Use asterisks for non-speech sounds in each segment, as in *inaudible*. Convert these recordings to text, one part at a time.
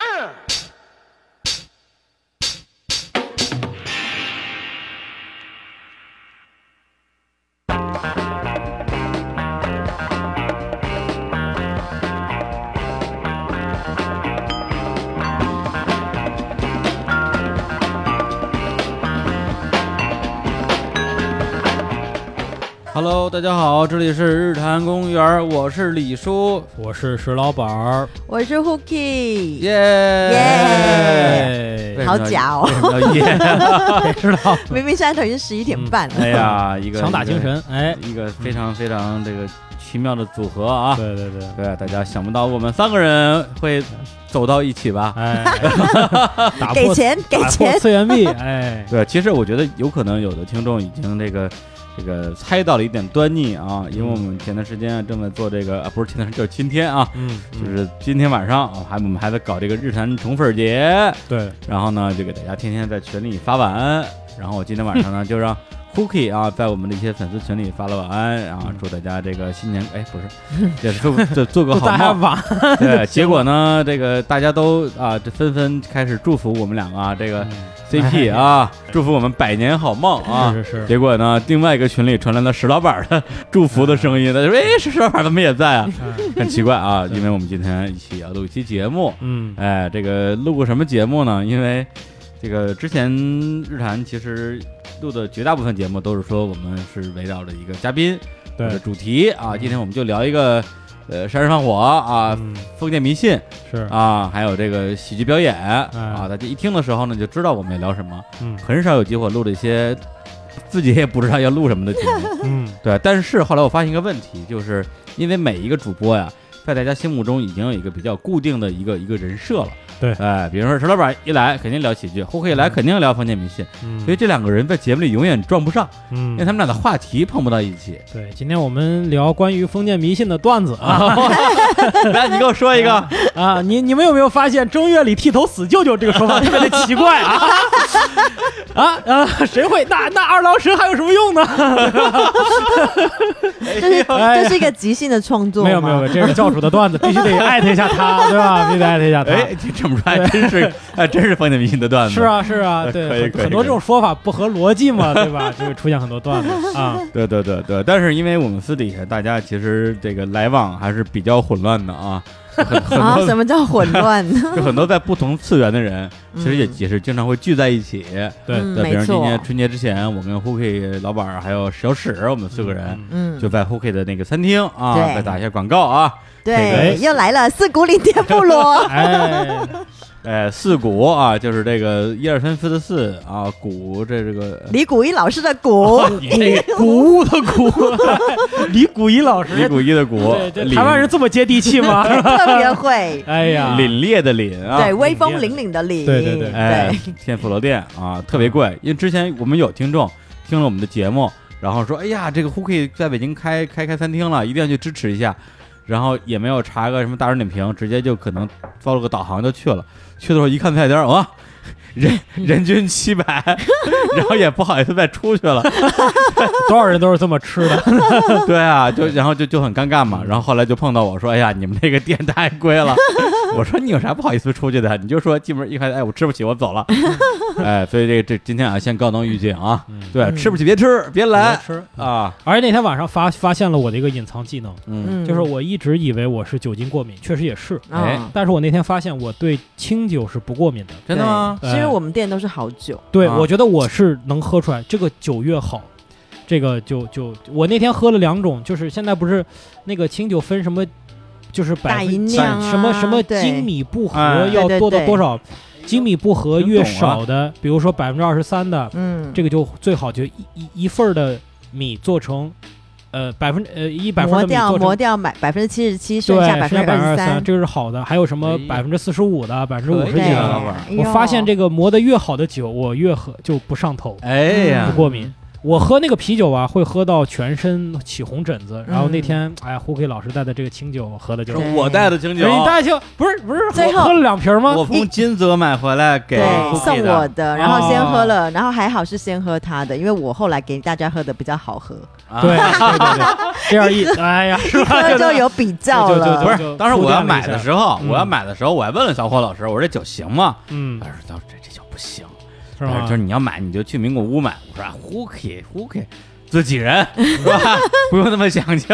儿。 Hello，大家好，这里是日坛公园，我是李叔，我是石老板儿，我是 Hooky，耶、耶哎，好假哦为什么要耶！谁知道？ *laughs* 明明现在等于十一点半嗯 *laughs* 了。哎呀，一个强打精，神，哎一，个一个非常非常这个奇妙的组合啊！对对对，对，大家想不到我们三个人会走到一起吧？ *laughs* 哎，打给破钱，给打破钱，次元壁， *laughs* 哎，对，其实我觉得有可能有的听众已经这个。这个猜到了一点端倪嗯啊，因为我们前段时间啊正在做这个啊，不是前段时间，就是今天啊，嗯，就是今天晚上啊，还我们还在搞这个日坛宠粉节，对，然后呢，就给大家天天在群里发晚安。然后我今天晚上呢，就让 Cookie 啊，在我们的一些粉丝群里发了晚安，然后祝大家这个新年哎不是， *laughs* 也是做做做个祝好大家梦。晚对，结果呢，这个大家都啊，这纷纷开始祝福我们两个啊，这个安， CP 啊， *laughs* 祝福我们百年好梦啊。是是是，结果呢，另外一个群里传来了石老板的祝福的声音，他说：“哎，石老板怎么也在啊？哎很奇怪 *laughs* 啊，对因为我们今天一起要录一期节目，嗯，哎，这个录过什么节目呢？因为这个之前日坛其实录的绝大部分节目都是说我们是围绕着一个嘉宾或者对，主题啊，今天我们就聊一个呃杀人放火啊、嗯，封建迷信是，哎啊，还有这个喜剧表演啊，大家一听的时候呢就知道我们要聊什么， *laughs* 嗯很少有机会录这些自己也不知道要录什么的节目。嗯，对，但是后来我发现一个问题，就是因为每一个主播呀，在大家心目中已经有一个比较固定的一个一个人设了。对哎，比如说石老板一来肯定聊喜剧，胡克一来肯定聊封建迷信，嗯所以这两个人在节目里永远撞不上，嗯因为他们俩的话题碰不到一起。对，今天我们聊关于封建迷信的段子啊来，你给我说一个，啊！你你们有没有发现正月里剃头死舅舅这个说法特别的奇怪啊？ *laughs* 啊啊！谁会？那那二郎神还有什么用呢？这是哎呀 *laughs* 这是一个即兴的创作吗没有没有，没有，这是教主的段 *laughs* 子，必须得艾特一下他，对吧？必须得艾特一下 *laughs* 他。哎，你这么说还真是，哎，真是封建迷信的段子。是，啊，是啊，可以对，可以很很多这种说法不合逻辑 *laughs* 嘛，对吧？就会出现很多段子 *laughs* 啊。嗯对对对对，但是因为我们私底下大家其实这个来往还是比较混乱的 *laughs* 啊，很很啊？多什么叫混 *laughs* 乱？就很多在不同次元的人，其实也嗯也是经常会聚在一起。对嗯对，比没如今错年，春节之前，我跟 h o o k 老板儿还有小史，我们四个人嗯，嗯，就在 h o o k 的那个餐厅啊，对再打一下广告啊。这对哎个，又来了四股里颠部 *laughs* 落，哎，呃，四谷啊，就是这个一二三四的四啊，谷这这个李谷一老师的 *laughs* 谷，你这古物的古，李谷一老李师，谷一的谷对，这凛台湾人这么接地气吗？特别会，哎呀，凛冽的凛啊对，。威风凛凛的凛，对对对哎对，，天妇罗店啊，特别贵。因为之前我们有听众听了我们的节目，然后说：“哎呀，这个 h o o k 在北京开开开餐厅了，一定要去支持一下。”然后也没有查个什么大众点评，直接就可能 follow 个导航就去了。去的时候一看菜单，哇，人人均七百， *laughs* 然后也不好意思再出去了。多少人都是这么吃的，对啊，就然后就就很尴尬嘛。然后后来就碰到我说：“哎呀，你们那个店太贵了。”我说：“你有啥不好意思出去的？你就说进门一看，哎，我吃不起，我走了。”哎，所以这这今天啊，先告能预警啊，对，吃不起别吃，别来吃。啊。而且那天晚上发发现了我的一个隐藏技能，嗯，嗯，就是我一直以为我是酒精过敏，确实也是，啊哎但是我那天发现我对清酒是不过敏的。呃真的吗？对是因为我们店都是好酒，对，啊我觉得我是能喝出来，这个酒越好，这个就就我那天喝了两种，就是现在不是那个清酒分什么，就是百大分吟之酿啊什么什么对精米不合哎要对对多到对多少，精米不合越真懂啊少的，比如说百分之二十三的，嗯，这个就最好就一一一份儿的米做成，呃百分呃一百分磨的米掉做成磨掉百百分之七十七，对，剩下百剩分之百分二之十三，这个是好的。还有什么哎百分之四十五的、百分之五十可几以的？啊对，哎我发现这个个磨得越好的酒，我越喝就不上头，哎呀不，过敏。我喝那个啤酒啊，会喝到全身起红疹子。然后那嗯天，哎，胡凯老师带的这个清酒，我喝的就说是，对我带的清酒哎，，你带清不是不是最喝后喝了两瓶吗？我从金泽买回来给对， Cookie 送我的的，然后先喝了，然后还好是先喝他的，因为我后来给大家喝的比 *laughs* 较好喝，啊对，对对对，这样一 *laughs* 哎呀，是吧？喝就有比较就就了。不，就是当时我要买的时候，嗯我要买的时候，我还问了小伙老师，我说这酒行吗？ *laughs* 嗯他，说这这酒不行，是他说吗就是？你要买你就去名古屋买。我说啊胡可以胡可以，自己人是吧？ *laughs* 不用那么讲究。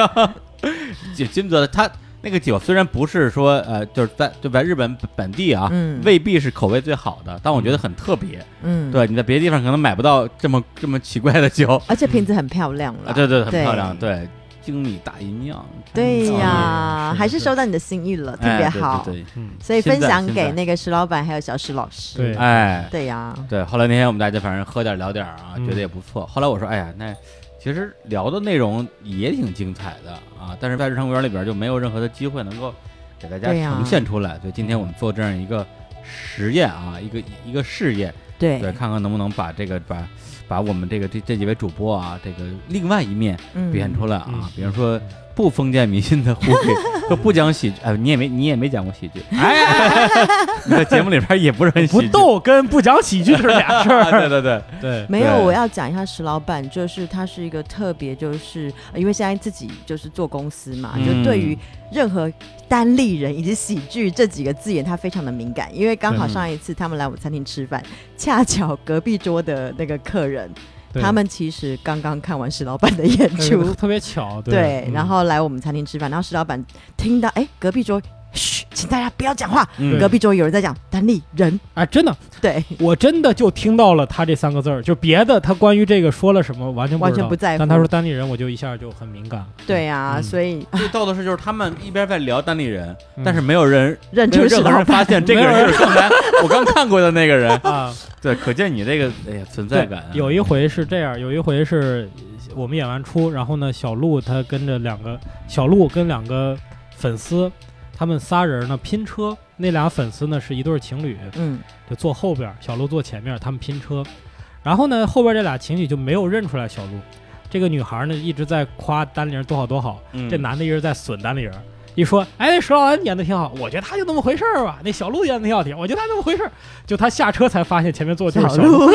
就金泽他那个酒虽然不是说呃，就是在就在日本本地啊，嗯未必是口味最好的，但我觉得很特别。嗯，，对，你在别的地方可能买不到这么这么奇怪的酒而且瓶子很漂亮啊，了。对对，很对漂亮，对，精米大吟酿，对嗯呀，是还是是收到你的心意了，特别哎好。对对嗯，所以现分在享现在给那个石老板还有小石老师。对对，哎，对呀，对，后来那天我们大家反正喝点儿聊点儿啊，嗯觉得也不错。后来我说，哎呀，那其实聊的内容也挺精彩的啊，但是在日常公园里边就没有任何的机会能够给大家对呀呈现出来。所以今天我们做这样一个实验啊，一个一个试验，对对，看看能不能把这个把把我们这个这这几位主播啊，这个另外一面嗯表现出来啊，嗯比如说。不封建迷信的胡 *laughs* 给，就不讲喜剧，哎，你也没你也没讲过喜剧，哎， *laughs* 你在节目里边也不是很喜不剧，逗跟不讲喜剧是俩事啊对儿。对 *laughs* 对，对，没有，对我要讲一下石老板，就是他是一个特别，就是呃因为现在自己就是做公司嘛，嗯就对于任何单立人以及喜剧这几个字眼，他非常的敏感。因为刚好对上一次他们来我餐厅吃饭，恰巧隔壁桌的那个客人，嗯对他们其实刚刚看完石老板的演 *laughs* 出，特别巧，对，嗯然后来我们餐厅吃饭，然后石老板听到，哎，隔壁桌，嘘，请大家不要讲话，嗯隔壁桌有人在讲单立人，哎，真的，对，我真的就听到了他这三个字儿，就别的他关于这个说了什么完全完全不不知道在乎但他说单立人，我就一下就很敏感。对啊，嗯所以最逗的是，就是他们一边在聊单立人，嗯，但是没有人认没有出石任何老人板，发现这个人就是刚才我刚看过的那个人。啊， *laughs* 对，可见你这个哎呀存在感啊。有一回是这样，有一回是呃我们演完出，然后呢，小鹿他跟着两个小鹿跟两个粉丝，他们仨人呢拼车，那俩粉丝呢是一对儿情侣，嗯。就坐后边儿，小鹿坐前面儿，他们拼车。然后呢，后边这俩情侣就没有认出来小鹿。这个女孩呢一直在夸单立人多好多好，嗯这男的一直在损单立人。一说，哎，那石老板演的挺好，我觉得他就那么回事儿吧。那小鹿演的挺好听，我觉得他那么回事儿。就他下车才发现前面坐的就是小鹿，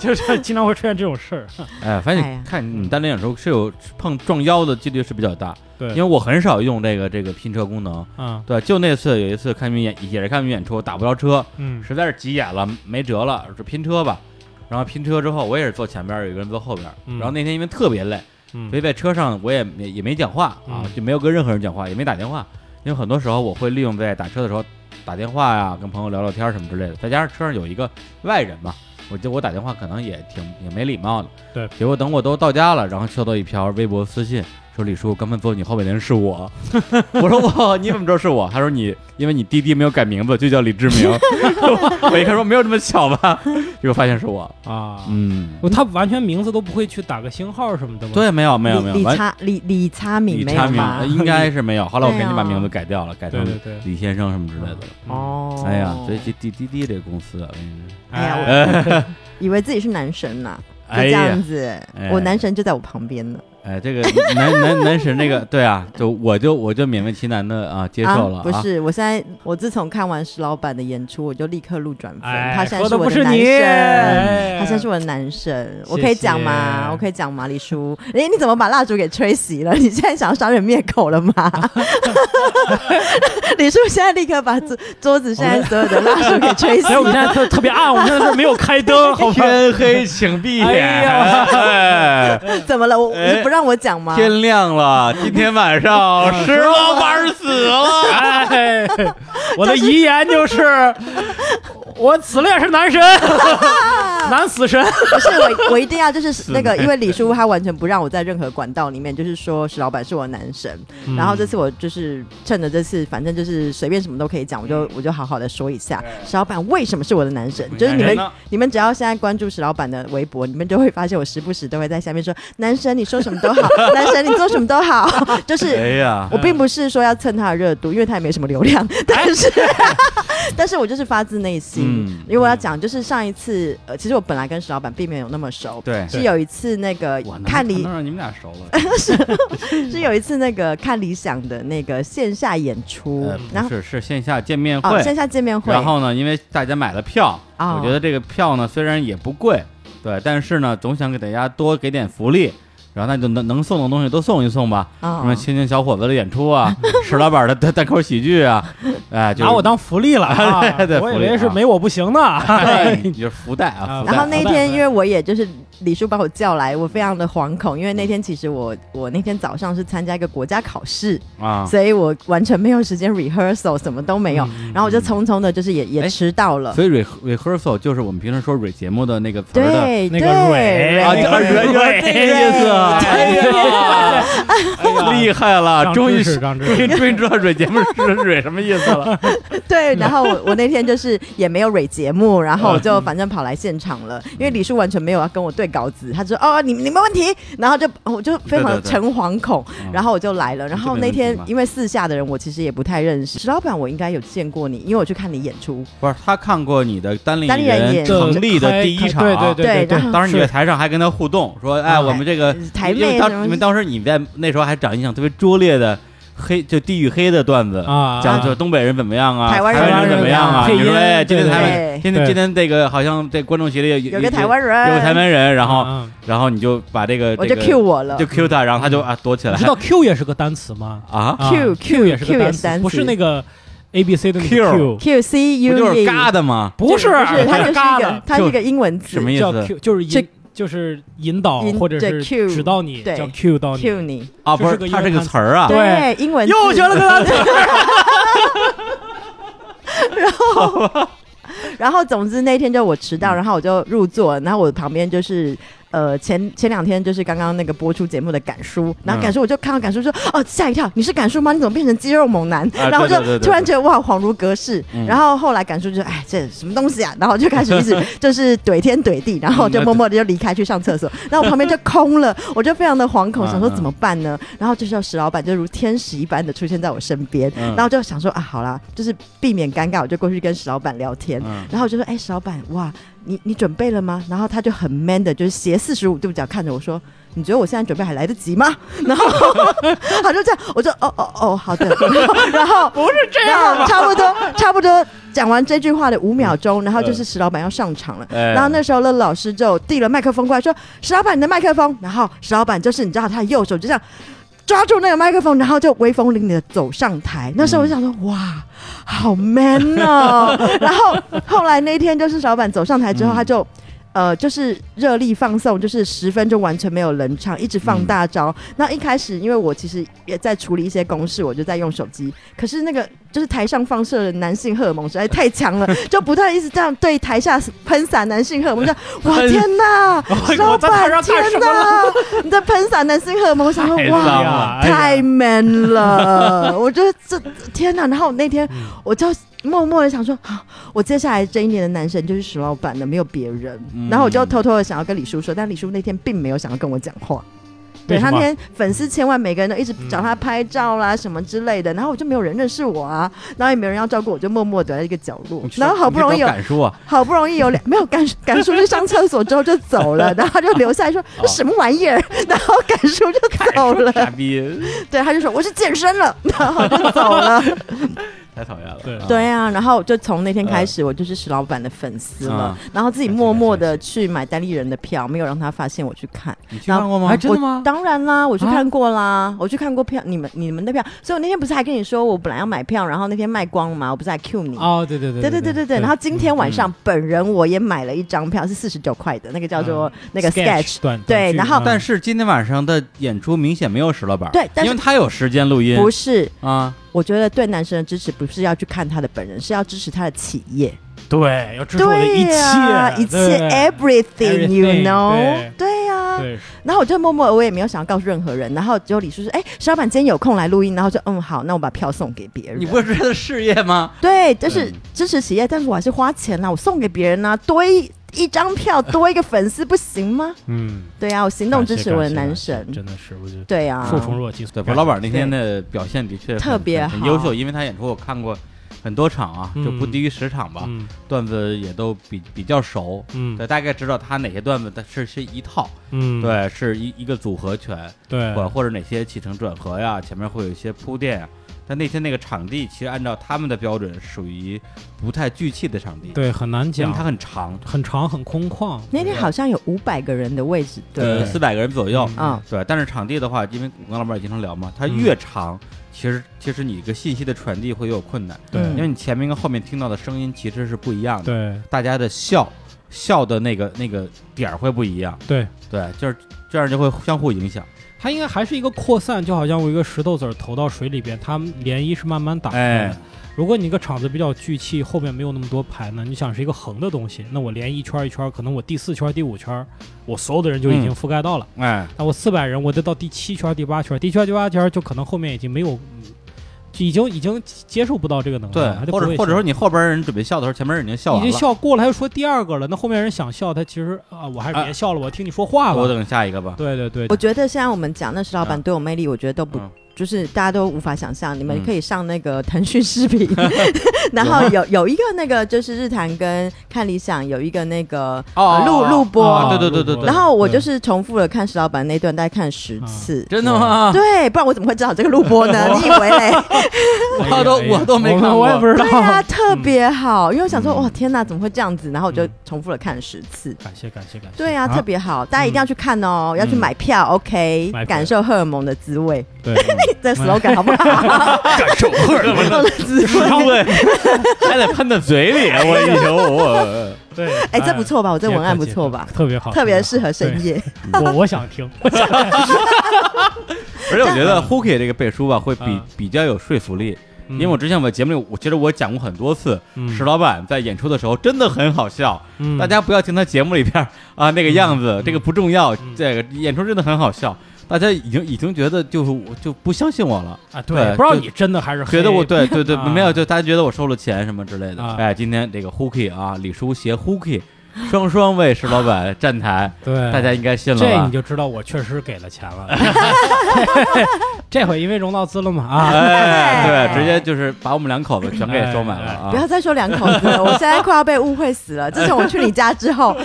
就是经常会出现这种事儿。哎，反正哎你呀看你们单立人有时候是有碰撞腰的几率是比较大，对因为我很少用这个这个拼车功能。啊，对，就那次有一次看你们演也是看你们演出，打不着车，嗯实在是急眼了，没辙了，就拼车吧。然后拼车之后，我也是坐前边，有一个人坐后边。嗯然后那天因为特别累，所嗯以在车上我也没也没讲话啊嗯，就没有跟任何人讲话，也没打电话，因为很多时候我会利用在打车的时候打电话呀，跟朋友聊聊天什么之类的。再加上车上有一个外人嘛，我觉得我打电话可能也挺也没礼貌的。对结果等我都到家了，然后收到一条微博私信。说李叔，刚才坐你后面的人是 *laughs* 我，我说哇，你怎么知道是我？他说你因为你滴滴没有改名字，就叫李志 *laughs* 明。我一看说没有这么巧吧，结果发现是我。啊，嗯，不他完全名字都不会去打个星号什么的吗？对，没有没有没有，李完李查李李查敏李没查有明吗呃？应该是没有。后来我赶紧把对啊名字改掉了，改成对对对，李先生什么之类的了。嗯，哦，哎呀，所以这滴滴滴这公司啊，我跟你说哎呀哎以为自己是男神呐，就哎这呀样，子哎，我男神就在我旁边呢。哎，这 *laughs* 个男男男神这个，对啊，就我就我就勉为其难的啊接受了啊，不啊。是，我现在我自从看完石老板的演出，我就立刻路转粉，哎，他现在说是的我不是男你，神。哎他现在是我的男神，我谢可以讲谢吗？我可以讲吗，李叔？哎，你怎么把蜡烛给吹熄了？你现在想要杀人灭口了吗？ *laughs* 李叔现在立刻把桌桌子现在所有的蜡烛给吹哎所以我们熄。现在特特别暗，我们现在是没有开灯，好吧？天黑请闭眼，哎哎 *laughs* 怎么了？我哎你不让我讲吗？天亮了，今天晚 *laughs* 上石老板死了。哎，我的遗言 *laughs* 就是，我死了也是男神，男死神。不是我，我一定要就是那个，因为李叔他完全不让我在任何管道里面，就是说石老板是我男神。嗯然后这次我就是趁着这次，反正就是随便什么都可以讲，我就我就好好的说一下石老板为什么是我的男神。就是你哎男神们呢你们只要现在关注石老板的微博，你们就会发现我时不时都会在下面说男神你说什么都好，男神你做什么都 *laughs* 好，就是。哎呀，我并不是说要蹭他的热度，因为他也没什么流量， *laughs* 但是，但是我就是发自内心，嗯因为我要讲，就是上一次，呃，其实实我本来跟石老板并没有那么熟，对，是有一次那个我能看理能让你们俩 *laughs* 熟了，是有一次那个看理想的那个线下演出，呃然不后是是线下见面哦会，线下见面会，然后呢，因为大家买了票，哦我觉得这个票呢虽然也不贵，对，但是呢总想给大家多给点福利，然后那就能能送的东西都送一送吧，什么啊，青青小伙子的演出啊， *laughs* 石老板的单单口喜剧 *laughs* 啊，哎，就拿我当福利了啊对 *laughs* 对！我以福利啊为是没我不行呢。 *laughs* 哎你就是福袋啊，啊福袋哦然后福那一袋天，因为我也就是李叔把我叫来，我非常的惶恐，因为那天其实我我那天早上是参加一个国家考试，啊，所以我完全没有时间 rehearsal，什么都没有，嗯然后我就匆匆的，就是也也哎迟到了。所以 re rehearsal 就是我们平时说 re 节目的那个词儿的。对那对，个蕊啊，那就个啊蕊原来这个意思啊！哎呀，厉害了，长终于知识长知 *laughs* 识终于终于知道蕊节目是蕊什么意思了。对，然后我我那天就是也没有蕊节目，然后我就嗯反正跑来现场了，因为李叔完全没有要跟我对稿子，他就说哦你你没问题，然后就我就非常对的对对诚惶恐，嗯然后我就来了，然后那这没天问题嘛因为四下的人我其实也不太认识，石老板我应该有见过你，因为我去看你演出，不是，他看过你的单立单立人人演成立的第一场，对对对对然对，后当时你在是台上还跟他互动，说：“哎，我们这个嗯台因为妹什当么因为当时你在那时候还讲一讲特别拙劣的黑，就地域黑的段子啊讲就东北人怎么样啊，台湾人人怎么样啊？配你音说哎，今天对台对湾，今天对今天这个好像这观众席里有有个台湾人，有个台湾人，然后嗯然后你就把这个我就这个 Q 我了就 Q 他，然后他就啊躲起你来知道 Q 也是个单词吗啊，啊哦 Q- Q 也是 Q 个也单是单词，词不是那个 A B C 的那个 Q Q， Q C 不 U 就是 E，嘎的吗？不是，不是，它就是嘎一的个，它是一个英文字什么意叫思 Q，就是引这就是引导引或者对是 Q，指到你，对叫 Q 到你。 Q 你，啊，不这是是个，英它文是个单词儿啊，对对，英文字又学了个单词， *laughs* 然后总之那天就我迟嗯到，然后我就入座，然后我旁边就是。呃，前前两天就是刚刚那个播出节目的敢嗯叔，然后敢叔我就看到敢叔说，哦吓一跳，你是敢叔吗？你怎么变成肌肉猛男？啊然后我对对对就对突然觉得哇，恍如隔世。嗯然后后来敢叔就哎这什么东西啊？然后就开始一直就是怼天怼 *laughs* 地，然后嗯就默默的就离开去上厕所。然后我旁边就空了，我就非常的惶恐，嗯想说嗯怎么办呢？然后这时候石老板就如天使一般的出现在我身边，嗯然后就想说啊好啦，就是避免尴尬，我就过去跟石老板聊天。嗯，然后我就说：“哎，石老板，哇，你你准备了吗？”然后他就很 man 的，就是斜四十五度角看着我说：“你觉得我现在准备还来得及吗？” *laughs* 然后他就这样，我就哦哦哦，好的。然后不是这样，啊差不多差不多讲完这句话的五秒钟，然后就是石老板要上场了。哎然后那时候乐乐老师就递了麦克风过来，说：“石老板，你的麦克风。”然后石老板就是你知道，他的右手就这样抓住那个麦克风，然后就威风凛凛的走上台。那时候我就想说，哇，好 man 哦。然后后来那天就是石老板走上台之后，嗯他就。呃，就是热力放送，就是十分钟完全没有冷场，一直放大招。那一开始，因为我其实也在处理一些公事，我就在用手机。可是那个就是台上放射的男性荷尔蒙实在太强了， *laughs* 就不断一直这样对台下喷洒男性荷尔蒙，就哇喷天哪，哎老我在台上板干什么天了？哪，你在喷洒男性荷尔蒙，我想说太哇脏。呀哎呀太 man 了，我觉得这天哪！然后那天嗯我就默默的想说，啊我接下来这一年的男神就是石老板了，没有别人。嗯然后我就偷偷的想要跟李叔说，但李叔那天并没有想要跟我讲话。对为什他么那天粉丝千万每个人都一直嗯找他拍照啦什么之类的，然后我就没有人认识我啊，然后也没有人要照顾我，就默默躲在一个角落你。 *laughs* 去然后好不容你易去有找敢叔 *laughs* 啊，好不容易有两没有赶赶叔去上厕所之后就走了，然后他就留下来说这什么玩意儿， *laughs* 然后赶叔就走了。傻逼，对，他就说我去健身了， *laughs* 然后就走 *laughs* 了。太讨厌了。对对啊，然后就从那天开始，我就是石老板的粉丝了，然后自己默默的去买单立人的票，没有让他发现我去看。你去看过吗哎？真的吗我？当然啦，我去啊看过啦，我去看过票，你们你们的票，所以我那天不是还跟你说，我本来要买票，然后那天卖光了嘛，我不是还 Q 你。哦，对对对啊对对对对对嗯对，然后今天晚上本人我也买了一张票，是四十九块的，那个叫做那个啊 sketch，短嗯对然后但是今天晚上的演出明显没有石老板，对但因是为他有时间录音不是，啊，我觉得对男生的支持不是要去看他的本人，是要支持他的企业。对要支持我的对一切呀，，一切啊 everything you Everything， know，对对呀。对然后我就默默，我也没有想要告诉任何人。然后只有李叔说：“哎，石老板今天有空来录音。”然后就嗯好，那我把票送给别人。你不是他的事业 *laughs* 吗？对，就是嗯支持企业，但是我还是花钱啦，我送给别人啦，多一一张票，多一个粉丝，不行吗？嗯，对呀，我行动支持我的男神。真的是我觉得对啊呀，受宠若惊。对，不是老板那天的表现的确很特别很很好优秀，因为他演出我看过很多场啊，嗯就不低于十场吧，嗯段子也都比比较熟，嗯对，大概知道他哪些段子，但是是一套，嗯对，是一一个组合拳，对呃或或者哪些起承转合呀，前面会有一些铺垫呀。但那天那个场地其实按照他们的标准，属于不太聚气的场地，，对很难因为讲，它很长，很长很空旷，那天好像有五百个人的位置，对不呃，对四百个人左右，嗯，对，但是场地的话，因为我跟老板也经常聊嘛，它嗯越长，其实其实你一个信息的传递会有困难，对因为嗯你前面跟后面听到的声音其实是不一样的，对大家的笑笑的那个那个点儿会不一样，对，对，就是这样就会相互影响，它应该还是一个扩散，就好像我一个石头子儿投到水里边，它涟漪是慢慢打开哎的。，如果你一个场子比较聚气，后面没有那么多牌呢，你想是一个横的东西，那我连一圈儿一圈儿，可能我第四圈儿、第五圈儿，我所有的人就已经嗯覆盖到了。哎，那我四百人，我得到第七圈儿、第八圈儿，第七圈儿、第八圈儿就可能后面已经没有，嗯就已经已经接受不到这个能对量，了，它，就或哦不者会或者说笑你后边人准备笑的时候，前面人已经笑已完经了，笑过了，他又说第二个了，那后面人想笑，他其实啊，我还是别笑了，我听你说话哎我吧。等下一个吧，对对对我，觉得现在我们讲那石老板嗯对我魅力，我觉得都不嗯就是大家都无法想象，你们嗯可以上那个腾讯 *laughs* 视频，然后有有一个那个就是日坛跟看理想有一个那个哦呃录录啊播，对对对对对嗯然后我就是是重复了看石老板那段，大概看了十啊次。真的吗？对，不然我怎么会知道这个录播 *laughs* 呢？你以为嘞？我都我都没看过哎我也不知道对。啊，特别好，因为我想说，嗯哇，天哪，怎么会这样子？然后我就嗯重复了看了十次。感谢感谢感谢。对啊，特别好，大家一定要去看哦，嗯要去买票，OK，买票感受荷尔蒙的滋味。对，嗯 *laughs* 这 slogan 好不 *laughs* 好？感受荷尔蒙的滋味。对，还得喷在嘴里，啊我一求我对，哎，这不错吧？我这文案不错吧？特别好，嗯特别适合深夜。我我想听，而且我觉得 Hooky 这个背书吧，会比嗯比较有说服力，因 *laughs* 因为我之前我在节目里，我觉得我讲过很多次，石道老板在演出的时候真的很好笑，大家不要听他节目里边儿啊那个样子嗯，这个不重要嗯，这个演出真的很好笑，大家已经已经觉得就是我就不相信我了。啊，对对，不知道就你真的还是觉得黑我对对对，啊没有，就大家觉得我收了钱什么之类的啊。哎，今天这个 Hooky 啊，李叔携 Hooky 双双为石老板站台，对大家应该信了这吧你？就知道我确实给了钱了。 *laughs* 这回因为融到资了嘛 *laughs* 啊，哎，对，哎直接就是把我们两口子全给收买了不要啊！再说两口子了，我现在快要被误会死了。自从我去你家之后，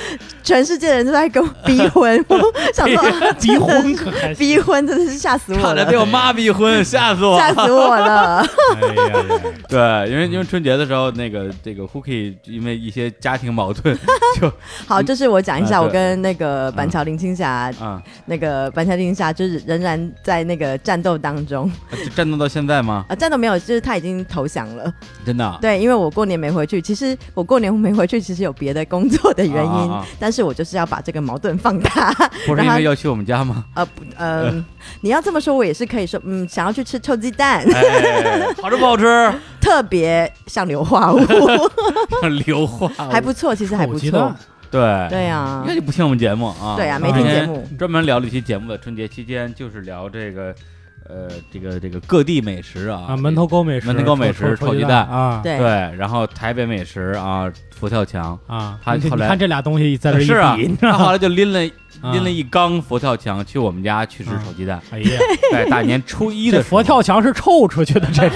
全世界的人都在跟我逼婚，我想说啊 *laughs* 逼婚真的可开心。是逼婚真的是吓死我差点了，被我妈逼 *laughs* 婚，吓死我！吓死我 *laughs* 了。哎呀呀呀对，因为因为春节的时候，那个这个 Hooky 因为一些家庭矛盾就好，就是我讲一下，嗯我跟那个板桥林青霞， *laughs* 啊，那个板桥林青霞就是仍然在那个战斗当中就战斗到现在吗？啊，战斗没有，就是他已经投降了。真的啊对，因为我过年没回去，其实我过年没回去，其实有别的工作的原因，啊啊啊但是我就是要把这个矛盾放 *laughs* 大。不是然因后为要去我们家 *laughs* 吗？呃，不，呃，你要这么说，我也是可以说，嗯，想要去吃臭鸡蛋，哎，好吃不好 *laughs* 吃？特别像硫 *laughs* 化物，硫化物还不错，其实还不哦臭鸡蛋错。对对啊呀你看，就不听我们节目啊？对呀，啊，没听节目。专门聊了一期节目的春节期间，就是聊这个，呃，这个这个各地美食啊，啊，门头沟美食，门头沟美食臭臭鸡鸡蛋啊，对对，然后台北美食啊，佛跳墙，啊，他你后你来看这俩东西在这是啊 *laughs* 一比，你知他道后吗？来就拎了拎了 *laughs* 啊一缸佛跳墙去我们家去 *laughs* 吃嗯炒鸡蛋，*laughs* 哎呀，在大年初一这的时佛候，跳墙是臭出去的， *laughs* 这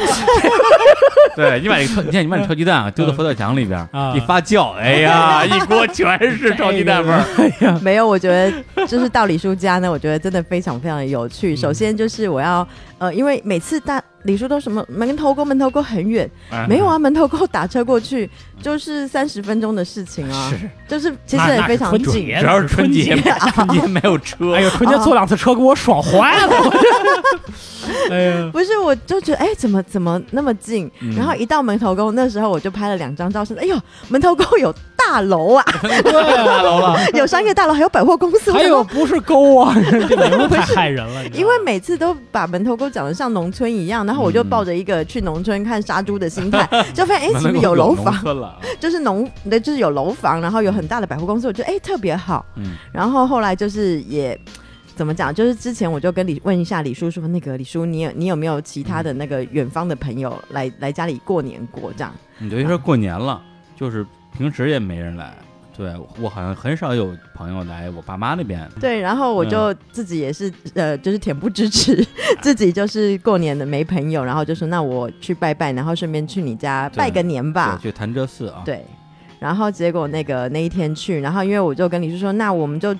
对你把这个臭，你看你把这臭鸡 *laughs* 蛋啊丢到嗯佛跳墙里边啊一发酵，哎 *laughs* 呀，一锅全是臭鸡蛋味儿，这个哎呀，没有，我觉得就是到李叔家呢，我觉得真的非常非常的有趣。嗯首先就是我要，呃，因为每次大李叔都什么门头沟，门头沟很远，哎没有啊，门头沟打车过去 *laughs* 就是三十分钟的事情啊，是，就是其实那也那非是常春近。节，主要是春春节， *laughs* 节。春节没有车哎，呦，春节坐两次车给我爽坏了，我 *laughs* 这，哎呀，不是，我就觉得哎，怎么怎么那么 *laughs* 近？嗯然后一到门头沟，那时候我就拍了两张照，是哎呦，门头沟有大 *laughs* 楼啊，对 *laughs* 大楼了，有商业大楼，还有百货公司。还有我想说，不是沟啊， *laughs* 这名字太害人了。你知道吗因为每次都把门头沟讲的像农村一样，然后我就嗯抱着一个去农村看杀猪的 *laughs* 心态，就发现哎，门是头不沟是有楼农房？村了 *laughs* 啊，就是农，对，就是有楼房，然后有很大的百货公司，我觉得哎特别好。嗯然后后来就是也。怎么讲？就是之前我就跟李问一下李叔说，那个李叔，你有你有没有其他的那个远方的朋友来嗯来家里过年过这样？你等于说过年了，就是平时也没人来，对我好像很少有朋友来我爸妈那边，对，然后我就自己也是、呃，就是恬不知耻， *laughs* 自己就是过年的没朋友，然后就说那我去拜拜，然后顺便去你家对拜个年吧。对去潭柘寺啊，对，然后结果那个那一天去，然后因为我就跟李叔说，那我们就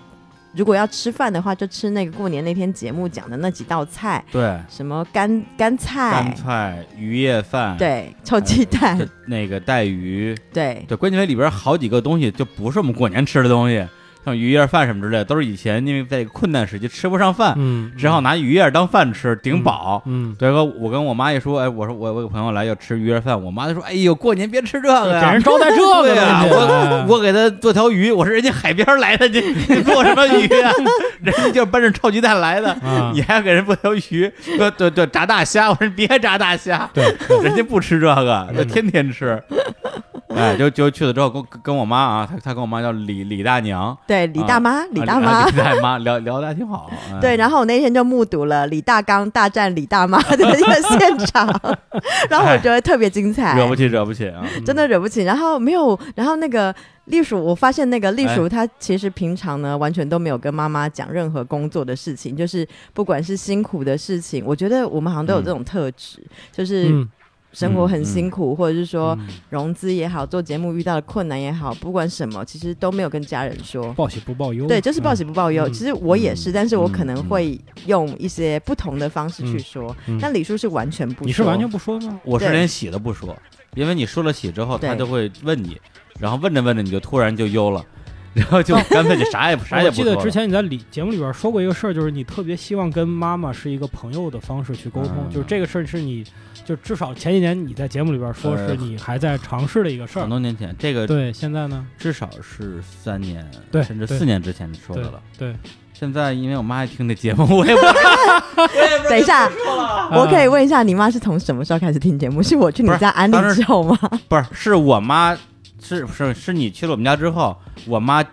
如果要吃饭的话，就吃那个过年那天节目讲的那几道菜，对，什么干干菜，干菜、嗯鱼叶饭，对，臭鸡蛋，这，那个带鱼，对对，关键它里边好几个东西就不是我们过年吃的东西，像鱼叶饭什么之类的，都是以前因为在困难时期吃不上饭，嗯，只好拿鱼叶当饭吃，顶饱。嗯，对哥，我跟我妈一说，哎，我说我我有朋友来要吃鱼叶饭，我妈就说，哎呦，过年别吃这给个呀人，招待这个对呀、了，我我给他做条鱼，我是人家海边来的，你 *laughs* 你做什么鱼啊？人家就是奔着臭鸡蛋来的，啊你还要给人做条鱼？对对对，炸大虾，我说你别炸大虾，对，人家不吃这个，嗯就天天吃。哎，就就去了之后跟跟我妈啊，她她跟我妈叫李李大娘，对，李大妈，李大啊妈。李大妈聊聊的还挺好。哎 *laughs* 对，然后我那天就目睹了李大刚大战李大妈的一个现 *laughs* 场，然后我觉得特别精彩，惹不起惹不起啊，嗯真的惹不起。然后没有，然后那个栗鼠，我发现那个栗哎鼠，它其实平常呢完全都没有跟妈妈讲任何工作的事情，就是不管是辛苦的事情，我觉得我们好像都有这种特质，就是嗯，生活嗯很嗯辛苦，或者是说融资也好，做节目遇到的困难也好，不管什么，其实都没有跟家人说。报喜不报忧，对，就是报喜不报忧。嗯其实我也是，但是我可嗯能嗯会用一些不同的方式去说。嗯嗯但李叔是完全不说，你是完全不说吗？我是对连喜都不说，因为你说了喜之后，对他就会问你，然后问着问着你就突然就忧了，然后哦就干脆就啥 *laughs* 也不啥也我哎不记说了。得之前你在里节目里边说过一个事儿，就是你特别希望跟妈妈是一个朋友的方式去沟通，嗯就是这个事儿是你，就至少前几年你在节目里边说哎是你还在尝试的一个事儿很。多年前，这个对，现在呢？至少是三年，对甚至对四年之前说对的了。对，现在因为我妈爱听这节目，我也 *laughs* 不知道等一下，我可以啊问一下，你妈是从什么时候开始听节目？是我去你嗯不是家安利当时之 *laughs* 后吗？不是是我妈，是是是你去了我们家之后，我妈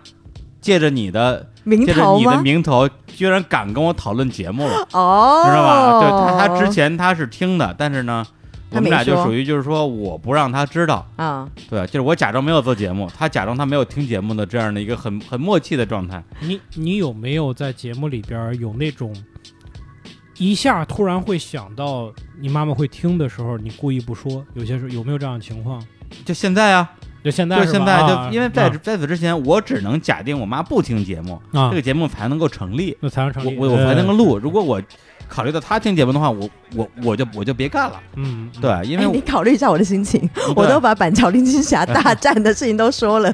借着你的名借着头你的吗？名头，居然敢跟我讨论节目了，哦，知道吧？对她，她之前她是听的，但是呢，我她们没俩就说属于就是说我不让她知道，啊，对，就是我假装没有做节目，她假装她没有听节目的这样的一个很很默契的状态。呃你你有没有在节目里边有那种一下突然会想到你妈妈会听的时候，你故意不说？有些时候有没有这样的情况？就现在啊，就现在就是吧，现在啊就因为在在此之前，我只能假定我妈不听节目，啊呃这，个节目才能够成立，那才能成我立，我我才能够录。如果我考虑到她听节目的话，我我我就我就别干了。嗯，嗯，对，因为哎我你考虑一下我的心情，对我都把板桥林青霞大战的事情都说 *laughs* 了，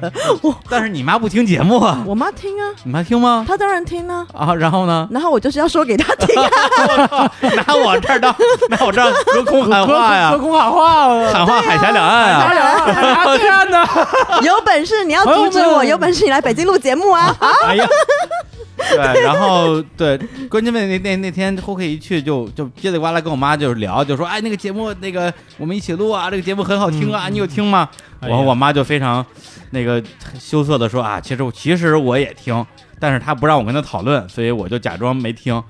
但是你妈不听节目啊，我妈听啊，你妈听吗？她当然听啊，？啊，然后呢 *laughs* 然后我就是要说给她听啊， *laughs* 拿我这儿当，拿我这儿隔空喊话隔呀，空喊话 *laughs* 了，喊话海峡两岸啊。俩对 *laughs* 岸呢？有本事你要阻止朋友哎我，们有本事你来北京录节目 *laughs* 啊，哎呀，对，然后对，关键问那那那天后 K 一去就就叽里呱啦跟我妈就是聊，就说哎那个节目那个我们一起录啊，这个节目很好听啊，嗯你有听吗？哎呀我我妈就非常那个羞涩的说啊，其实我其实我也听，但是她不让我跟她讨论，所以我就假装没 *laughs* 听。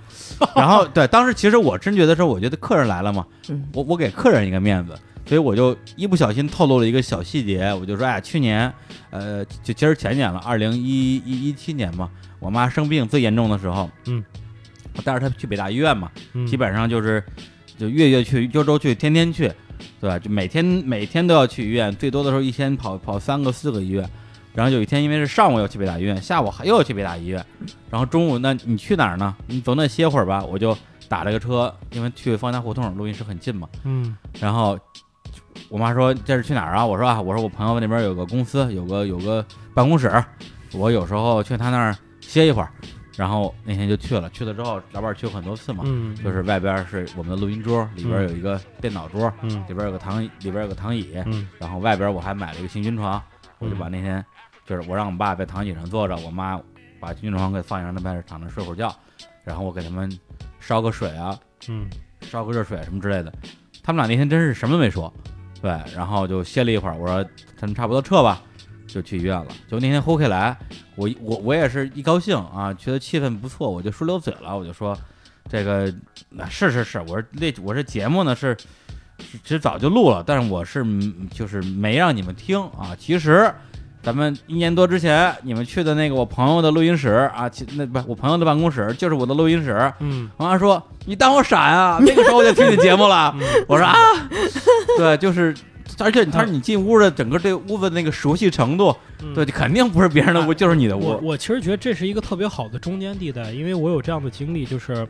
然后对，当时其实我真觉得说，我觉得客人来了嘛，嗯我我给客人一个面子。所以我就一不小心透露了一个小细节，我就说，哎呀，去年，呃，就其实前年了，二零一一一七年嘛，我妈生病最严重的时候，嗯，我带着她去北大医院嘛，嗯基本上就是就月月去，周周去，天天去，对吧？就每天每天都要去医院，最多的时候一天跑跑三个四个医院。然后有一天，因为是上午要去北大医院，下午还又要去北大医院，然后中午那你去哪儿呢？你总得歇会儿吧。我就打了个车，因为去方家胡同录音室很近嘛。嗯然后我妈说这是去哪儿啊？我说啊，我说我朋友那边有个公司，有个有个办公室，我有时候去他那儿歇一会儿。然后那天就去了，去了之后老板去过很多次嘛，嗯，就是外边是我们的录音桌，里边有一个电脑桌，嗯里边有个躺椅，里边有个躺椅，嗯然后外边我还买了一个行军床，我就把那天就是我让我爸在躺椅上坐着，我妈把行军床给放下，让他在那躺着睡会儿觉，然后我给他们烧个水啊，嗯烧个热水什么之类的。他们俩那天真是什么都没说，对，然后就歇了一会儿，我说他们差不多撤吧，就去医院了。就那天 h o k 来，我一我我也是一高兴啊，觉得气氛不错，我就说溜嘴了，我就说这个那是是是，我说那我这节目呢是。是其实早就录了，但是我是嗯就是没让你们听啊。其实咱们一年多之前你们去的那个我朋友的录音室啊，其那不我朋友的办公室就是我的录音室。嗯我妈说你当我傻 *laughs* 啊？那个时候我就听你节目了。嗯 *laughs* 我说啊，对，就是。而且他说你进屋的整个对屋子那个熟悉程度，嗯哎对，肯定不是别人的屋，就是你的我屋。我其实觉得这是一个特别好的中间地带，因为我有这样的经历，就是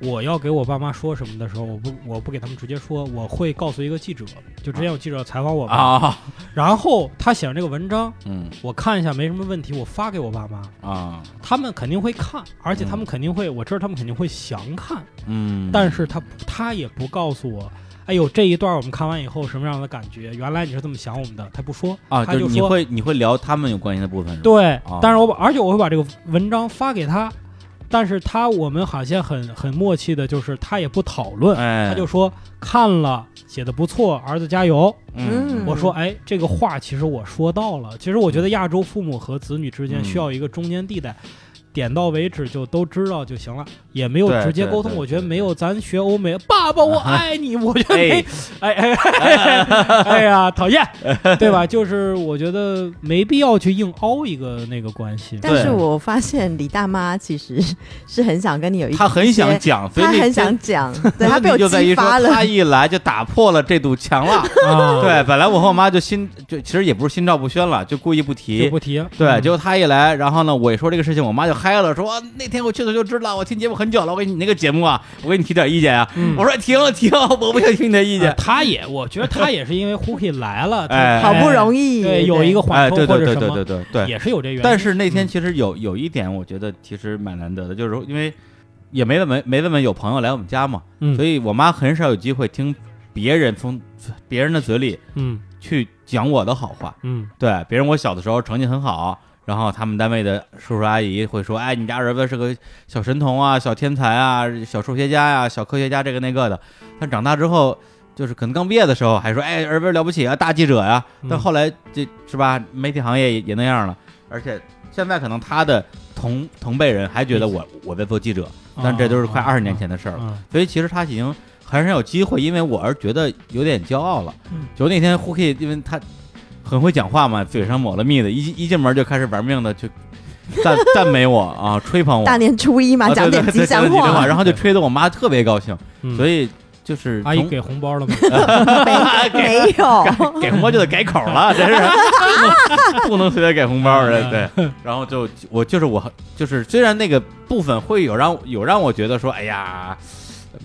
我要给我爸妈说什么的时候，我不我不给他们直接说，我会告诉一个记者，就之前有记者采访我嘛，啊，然后他写上这个文章，嗯我看一下没什么问题，我发给我爸妈，啊，他们肯定会看，而且他们肯定会，我知道他们肯定会详看，嗯，但是他他也不告诉我。哎呦，这一段我们看完以后什么样的感觉？原来你是这么想我们的，他不说啊，他就是你说会你会聊他们有关系的部分，是吧，对啊，但是我把，而且我会把这个文章发给他，但是他我们好像很很默契的，就是他也不讨论，哎，他就说看了写的不错，儿子加油。嗯我说哎，这个话其实我说到了，其实我觉得亚洲父母和子女之间嗯需要一个中间地带。点到为止就都知道就行了，也没有对直接对沟通。对我觉得对没有咱学欧美，爸爸我爱你， *laughs* 我觉得没哎，哎哎哎 *laughs* 哎哎呀，*laughs* 讨厌，对吧？就是我觉得没必要去硬凹一个那个关系。但是我发现李大妈其实是很想跟你有一，他很想讲，所以她那很想讲，对她问被题我就在于激说发了他。一来就打破了这堵墙 *laughs* 了。啊，对，本来我和我妈就心就其实也不是心照不宣了，就故意不提就。不提。 *laughs* 对，嗯结果他一来，然后呢，我一说这个事情，我妈就嗨了，说、啊那天我去的时候就知道，我听节目很久了，我给你那个节目啊，我给你提点意见啊。嗯我说停停，我不想听你的意见啊。他也，我觉得他也是因为 Huki 来了，他哎好不容易对有一个哎，缓冲对或对对者什对么对，对对，也是有这原因。但是那天其实有有一点，我觉得其实蛮难得的，就是说因为也没怎么没怎么有朋友来我们家嘛，嗯所以我妈很少有机会听别人从别人的嘴里嗯去讲我的好话。嗯对，别人我小的时候成绩很好，然后他们单位的叔叔阿姨会说：“哎，你家儿子是个小神童啊，小天才啊，小数学家呀、小科学家，这个那个的。”但长大之后，就是可能刚毕业的时候还说：“哎，儿子了不起啊，大记者呀、但嗯后来这是吧，媒体行业也也那样了，而且现在可能他的同同辈人还觉得我我在做记者，但这都是快啊啊二十年前的事儿了。嗯所以其实他已经很少有机会，因为我而觉得有点骄傲了。嗯就那天 h u 因为他很会讲话嘛，嘴上抹了蜜的，一一进门就开始玩命的去赞赞美我啊，吹捧我，大年初一嘛，啊讲对点对吉对祥讲点吉话，然后就吹得我妈特别高兴，嗯所以就是阿姨从给红包 *laughs* 了吗？没没有，给红包就得改口了，真是 *laughs* 不能随便给红包人。对，然后就我就是我就是虽然那个部分会有让有让我觉得说，哎呀，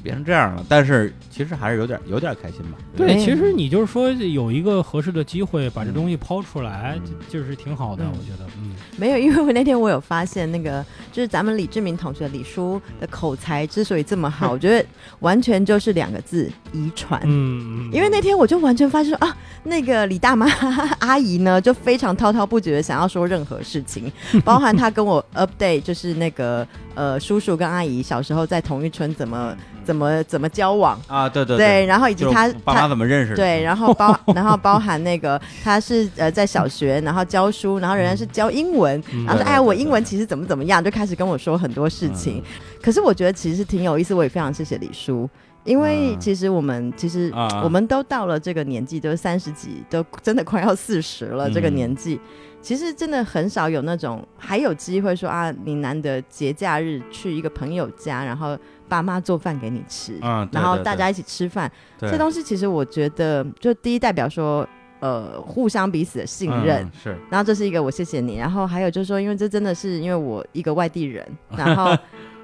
变成这样了，但是其实还是有点有点开心吧。对，对其实你就是说有一个合适的机会把这东西抛出来，嗯就就是挺好的，嗯我觉得。嗯 *laughs* 没有，因为我那天我有发现，那个就是咱们李志明同学李叔的口才之所以这么嗯好，我觉得完全就是两个字遗传。嗯，嗯因为那天我就完全发现说啊，那个李大妈 *laughs* 阿姨呢，就非常滔滔不绝的想要说任何事 *laughs* 情，包含她跟我 update，就是那个呃叔叔跟阿姨小时候在同一村怎么怎么怎么交往，啊，对对对，，然后以及就是她我爸妈她怎么认识的？对，然后包然后包含那个她是呃在小学，然后教书，然后仍然是教英文，嗯然后对说对哎呀对我对嗯英文其实怎么怎么样，就开始跟我说很多事情，可是我觉得其实挺有意思，我也非常谢谢李叔，因为嗯其实我们其实啊我们都到了这个年纪，都三十几，都真的快要四十了嗯这个年纪。其实真的很少有那种还有机会说啊，你难得节假日去一个朋友家，然后爸妈做饭给你吃，嗯，对然后对大对家一起吃饭，对这东西其实我觉得就第一代表说呃互相彼此的信任，嗯是然后这是一个我谢谢你，然后还有就是说，因为这真的是因为我一个外地 *laughs* 人，然后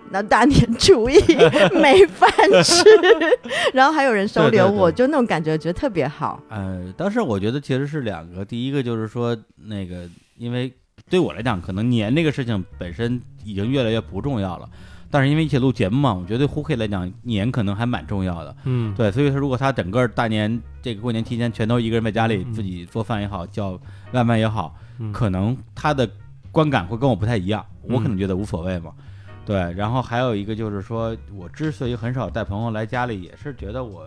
那大年初一没饭吃，然后还有人收留我，对对对就那种感觉，觉得特别好。呃，但是我觉得其实是两个，第一个就是说那个，因为对我来讲，可能年这个事情本身已经越来越不重要了。但是因为一起录节目嘛，我觉得对胡 K 来讲，年可能还蛮重要的。嗯对，所以他如果他整个大年这个过年期间全都一个人在家里嗯自己做饭也好，叫外卖也好，嗯可能他的观感会跟我不太一样，我可能觉得无所谓嘛。对，然后还有一个就是说，我之所以很少带朋友来家里，也是觉得我，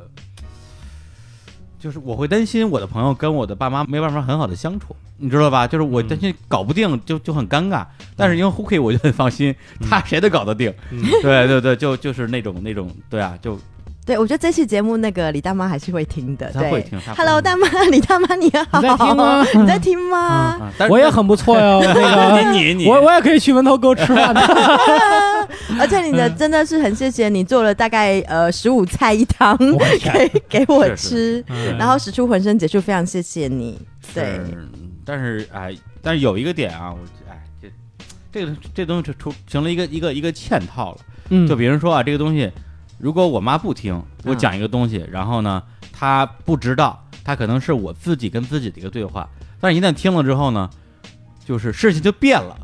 就是我会担心我的朋友跟我的爸妈没办法很好的相处，你知道吧？就是我担心嗯搞不定就就很尴尬。但是因为 h o o k 我就很放心，嗯他谁都搞得定。嗯对对对，就就是那种那种，对啊，就对，我觉得这期节目那个李大妈还是会听的。他会对听，他会 *laughs* Hello，大妈，李大妈你好，你在听吗你在听吗？啊，但是我也很不错哟。那 *laughs* 个，你你你我我也可以去门头沟吃 *laughs* 饭的。嗯而且你的真的是很谢谢你做了大概呃十五菜一汤我的天给给我是是吃，嗯然后使出浑身解数，非常谢谢你。对，是，但是哎，但是有一个点啊，我哎这这个这东西出成了一个一个一个嵌套了。嗯，就比如说啊，这个东西，如果我妈不听我讲一个东西，然后呢，她不知道，她可能是我自己跟自己的一个对话，但是一旦听了之后呢，就是事情就变了，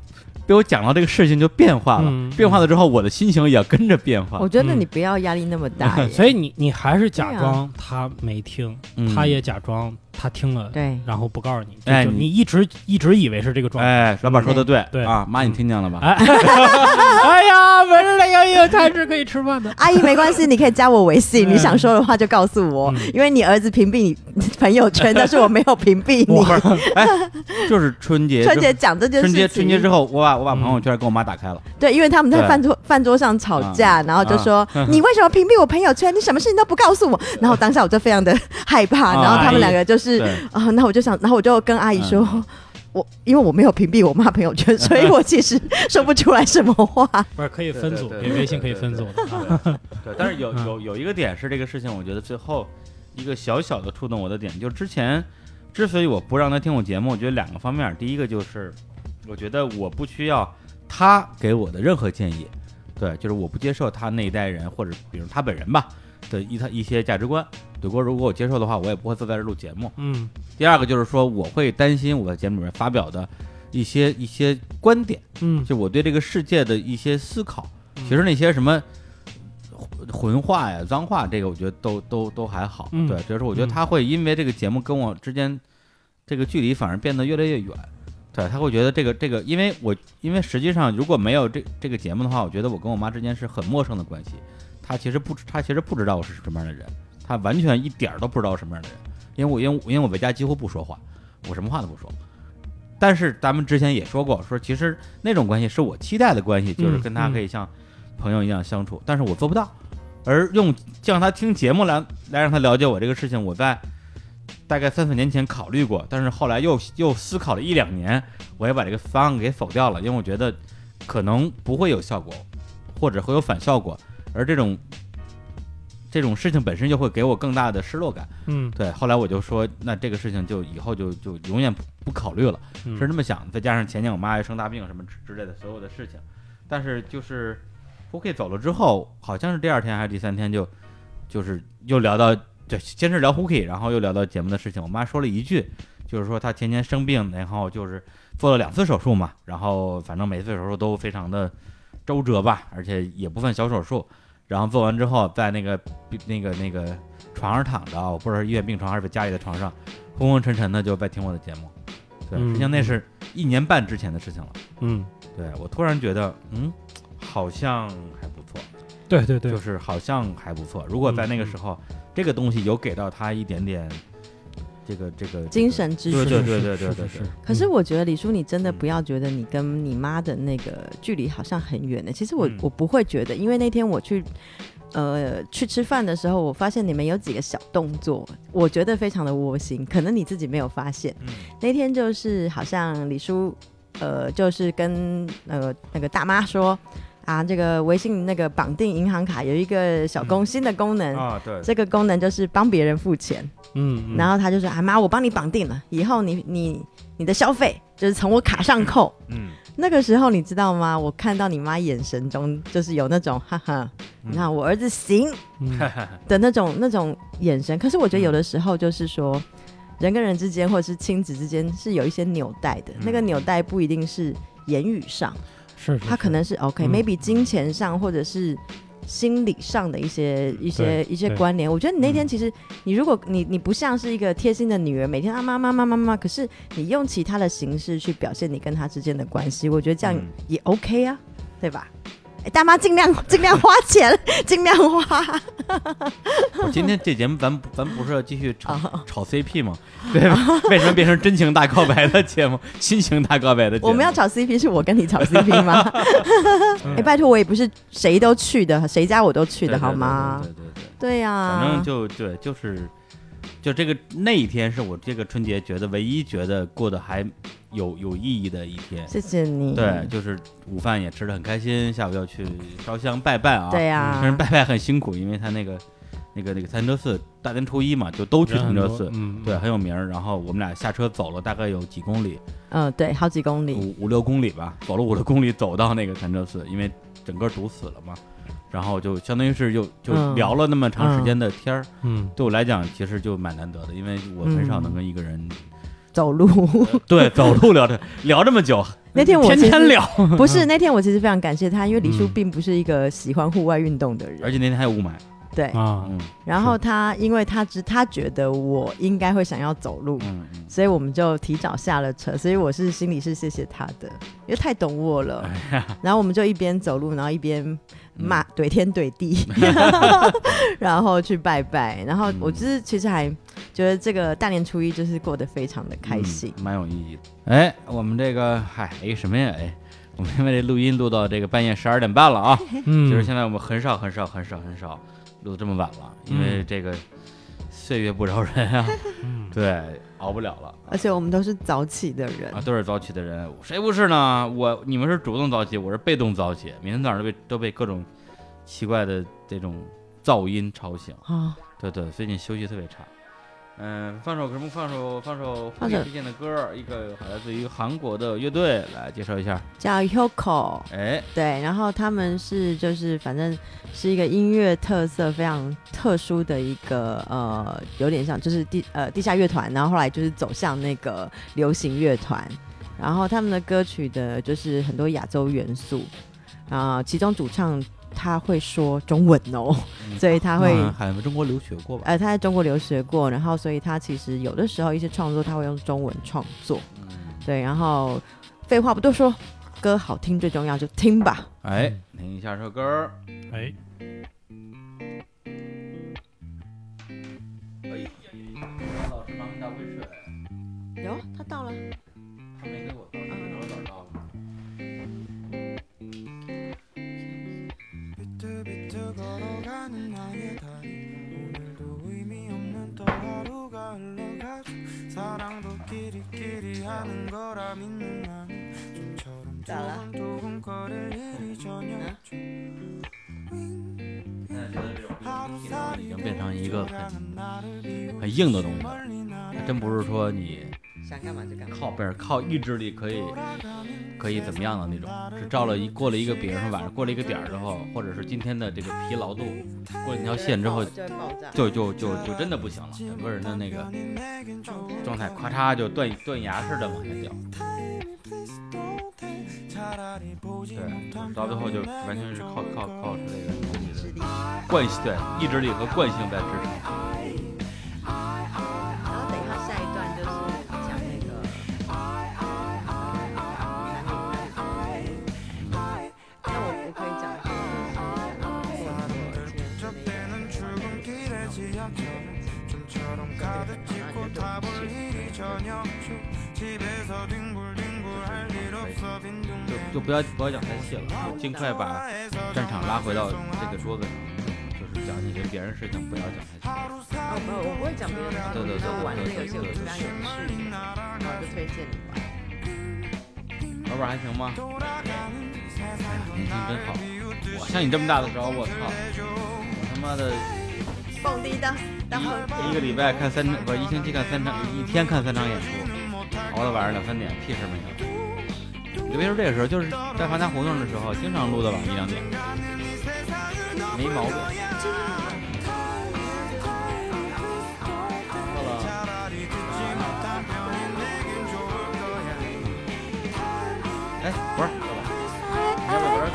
被我讲到这个事情就变化了，嗯变化了之后，我的心情也要跟着变化我。觉得嗯你不要压力那么大 *laughs* 耶，所以你你还是假对啊装他没听，嗯哦他也假装他听了，对然后不告诉你，就哎就你你一直一直以为是这个状态。哎，老板说的对，对啊，妈，你嗯听见了吧？哎，哎呀，没事的，有有他是可以吃饭的。阿姨没关系，你可以加我微信，嗯你想说的话就告诉我嗯，因为你儿子屏蔽你朋友圈，但是我没有屏蔽 *laughs* 我你。哎，就是春节之，春节讲这件事春情，节春节之后，我把我把嗯朋友圈跟我妈打开了，对，因为他们在对饭桌饭桌上吵架，然后就说、 *laughs* 你为什么屏蔽我朋友圈？你什么事情都不告诉我？然后当下我就非常的害怕，啊然后他们两个就是对啊，那我就想，然后我就跟阿姨说。我因为我没有屏蔽我妈朋友圈，所以我其实说不出来什么话。不是可以对分对组，对微对微信可对以分对组的啊。 *laughs* 对，但是有有有一个点是这个事情，我觉得最后一个小小的触动我的点，就是之前之所以我不让他听我节目，我觉得两个方面，第一个就是我觉得我不需要他给我的任何建议，对，就是我不接受他那一代人或者比如他本人吧的一他一些价值观。对，如果如果我接受的话，我也不会坐在这儿录节目。嗯第二个就是说，我会担心我在节目里面发表的一些一些观点，嗯，就我对这个世界的一些思考。嗯其实那些什么混混话呀、脏话，这个我觉得都都都还好。嗯对，就是我觉得嗯他会因为这个节目跟我之间这个距离反而变得越来越远。对，他会觉得这个这个，因为我因为实际上如果没有这这个节目的话，我觉得我跟我妈之间是很陌生的关系。他其实不知，他其实不知道我是什么样的人，他完全一点儿都不知道我什么样的人，因为我因为我因为我在家几乎不说话，我什么话都不说。但是咱们之前也说过，说其实那种关系是我期待的关系，就是嗯跟他嗯可以像朋友一样相处，但是我做不到。而用让他听节目来来让他了解我这个事情，我在大概三四年前考虑过，但是后来又又思考了一两年，我也把这个方案给否掉了，因为我觉得可能不会有效果，或者会有反效果，而这种这种事情本身就会给我更大的失落感。嗯，对，后来我就说，那这个事情就以后就就永远不不考虑了，嗯是这么想。再加上前年我妈又生大病什么之之类的所有的事情，但是就是 OK 走了之后，好像是第二天还是第三天就就是又聊到对，先是聊 Hooky，然后又聊到节目的事情。我妈说了一句，就是说她前年生病，然后就是做了两次手术嘛，然后反正每次手术都非常的周折吧，而且也不算小手术。然后做完之后，在那个那个那个床上躺着啊，我不知道是医院病床还是家里的床上，昏昏沉沉的就在听我的节目。对，嗯实际上那是一年半之前的事情了。嗯，对我突然觉得，嗯，好像还不错。对对对就，是好像还不错。如果在那个嗯时候，这个东西有给到他一点点这个这个精，神支对持。对是对是对对是对是嗯可是我觉得李叔，你真的嗯不要觉得你跟你妈的那个距离好像很远欸的。其实我、嗯我不会觉得，因为那天我去，呃，去吃饭的时候，我发现你们有几个小动作，我觉得非常的窝心，可能你自己没有发现。嗯那天就是好像李叔，呃，就是跟呃那个大妈说啊，这个微信那个绑定银行卡有一个小功、新的功能。嗯啊，对，这个功能就是帮别人付钱，嗯，嗯然后他就说：“啊妈，我帮你绑定了，以后你你你的消费就是从我卡上扣。嗯，”那个时候你知道吗？我看到你妈眼神中就是有那种哈哈，嗯你看我儿子行 *laughs* 嗯的那种那种眼神。可是我觉得有的时候就是说，嗯人跟人之间或者是亲子之间是有一些纽带的，嗯那个纽带不一定是言语上，是是它可嗯能是 OK，maybe、maybe 金钱上或者是心理上的一些一些对一些对关联。我觉得你那天嗯其实，你如果你你不像是一个贴心的女儿，每天啊妈妈妈妈妈，可是你用其他的形式去表现你跟她之间的关系，我觉得这样嗯也 OK 啊，对吧？哎大妈尽量 *laughs* 尽量花钱， *laughs* 尽量花。我今天这节目咱不咱不是要继续炒啊炒 CP 吗？对吧？为什么变成真情大告白的节目、亲情大告白的节目？我们要炒 CP 是我跟你炒 *laughs* CP 吗？哎、拜托，我也不是谁都去的，谁家我都去嗯对的对好对吗对？对对对，对啊呀、反正就对，就是就这个那一天是我这个春节觉得唯一觉得过得还有有意义的一天。谢谢你。对，就是午饭也吃的很开心，下午要去烧香拜拜啊。对但是呀，拜拜很辛苦，因为他那个那个那个潭柘寺，大年初一嘛，就都去人潭很柘多寺，嗯，对，很有名儿。然后我们俩下车走了大概有几公里，嗯，对，好几公里，五五六公里吧，走了五六公里走到那个潭柘寺，因为整个堵死了嘛。然后就相当于是就就嗯聊了那么长时间的天儿，嗯，对我来讲其实就蛮难得的，因为我很少嗯能跟一个人、 *laughs* 走路。 *laughs* 呃对走路聊着聊这么久，那天我天其实天聊，不是那天我其实非常感谢他，因为李叔嗯哎并不是一个喜欢户外运动的而人，且那天还有雾霾，对。啊，嗯然后他因为他只他觉得我应该会想要走路，嗯嗯，所以我们就提早下了车，所以我是心里是谢谢他的，因为太懂我了。哎然后我们就一边走路，然后一边嗯骂、怼天怼 *laughs* 地，然后去拜拜。然后我就是其实还觉得这个大年初一就是过得非常的开心。嗯蛮有意义的。哎，我们这个嗨，哎什么呀？哎，我们因为这录音录到这个半夜十二点半了啊。嗯，其实现在我们很少很少很少很少录这么晚了，因为这个岁月不饶人啊，嗯对，熬不了了。而且我们都是早起的人啊，，都是早起的人，谁不是呢？我你们是主动早起，我是被动早起，每天早上都被都被各种奇怪的这种噪音吵醒。啊、对对，最近休息特别差。嗯，放首什么？放首放首放给首推荐的歌儿，一个来自于韩国的乐队，来介绍一下。叫 Yoko，哎，对，然后他们是就是反正是一个音乐特色非常特殊的一个呃，有点像就是地呃地下乐团，然后后来就是走向那个流行乐团，然后他们的歌曲的就是很多亚洲元素，啊、其中主唱他会说中文哦，嗯所以他会。嗯海中国留学过吧？呃，他在中国留学过，然后所以他其实有的时候一些创作他会用中文创作，嗯，对，然后废话不多说，歌好听最重要，就听吧。哎嗯，听一下这首歌儿。哎，老师忙大杯水，有，他到了。他没给我倒，他给我倒了。 비트비트 걸어가는 나의 다리 오늘도 의미 없는 또 하루가 흘러가죠 사랑도 끼리끼리 하는 거라 믿는 나는 좀처럼 잘라. 두근두근거릴 일이 전혀 없죠 윙,现在觉得这种这种已 하루살이 经变成一个很 조장한 나를 비웃지 很硬的东西了， 멀리 还 나를 真不是说你想干嘛就干嘛。靠背儿靠意志力可以 돌아가는 可以怎么样的那种，是照了一过了一个，比如说晚上过了一个点儿之后，或者是今天的这个疲劳度过了一条线之后，就会爆炸。就就就就真的不行了，整个人的那个 세상이 내겐 좋은 状态咔嚓就断断崖似的往下掉， 타임이 please don't take 차라리 보지 对， 못한 到最后就 별을 完全 내겐 是靠 좋을 靠 걸 靠是这个自己的惯性，对意志力和惯性在支撑。然后等一下下一段就是讲那个。那我我可以讲一 적대는 출근길에 지하철은 좀처럼 가득 짚고 타볼 일이 전혀 없죠 집에서 뒹굴뒹굴 할 일 없어 빈둥대 就就不要不要讲太细了，就尽快把战场拉回到这个桌子上，就是讲你跟别人事情，不要讲太细。哦，没有，我不会讲别人的，对对对就玩这对个游戏，我对觉得非常有趣，然后就推荐你玩。老板还行吗？哎 돌아가는 세상도 年轻真 나를 好！ 비웃듯이 我像你这么大的时候，我操，我他妈的蹦迪的，然后一个礼拜看三不是一星期看三场，一天看三场演出，熬到晚上两三点，屁事没有。就别说这个时候，就是在华南胡同的时候，经常录到晚上一两点，没毛病。到了 차라리 듣지 못한 별이 내겐 좋을 거야 哎，不是，老板，你要不要有点走？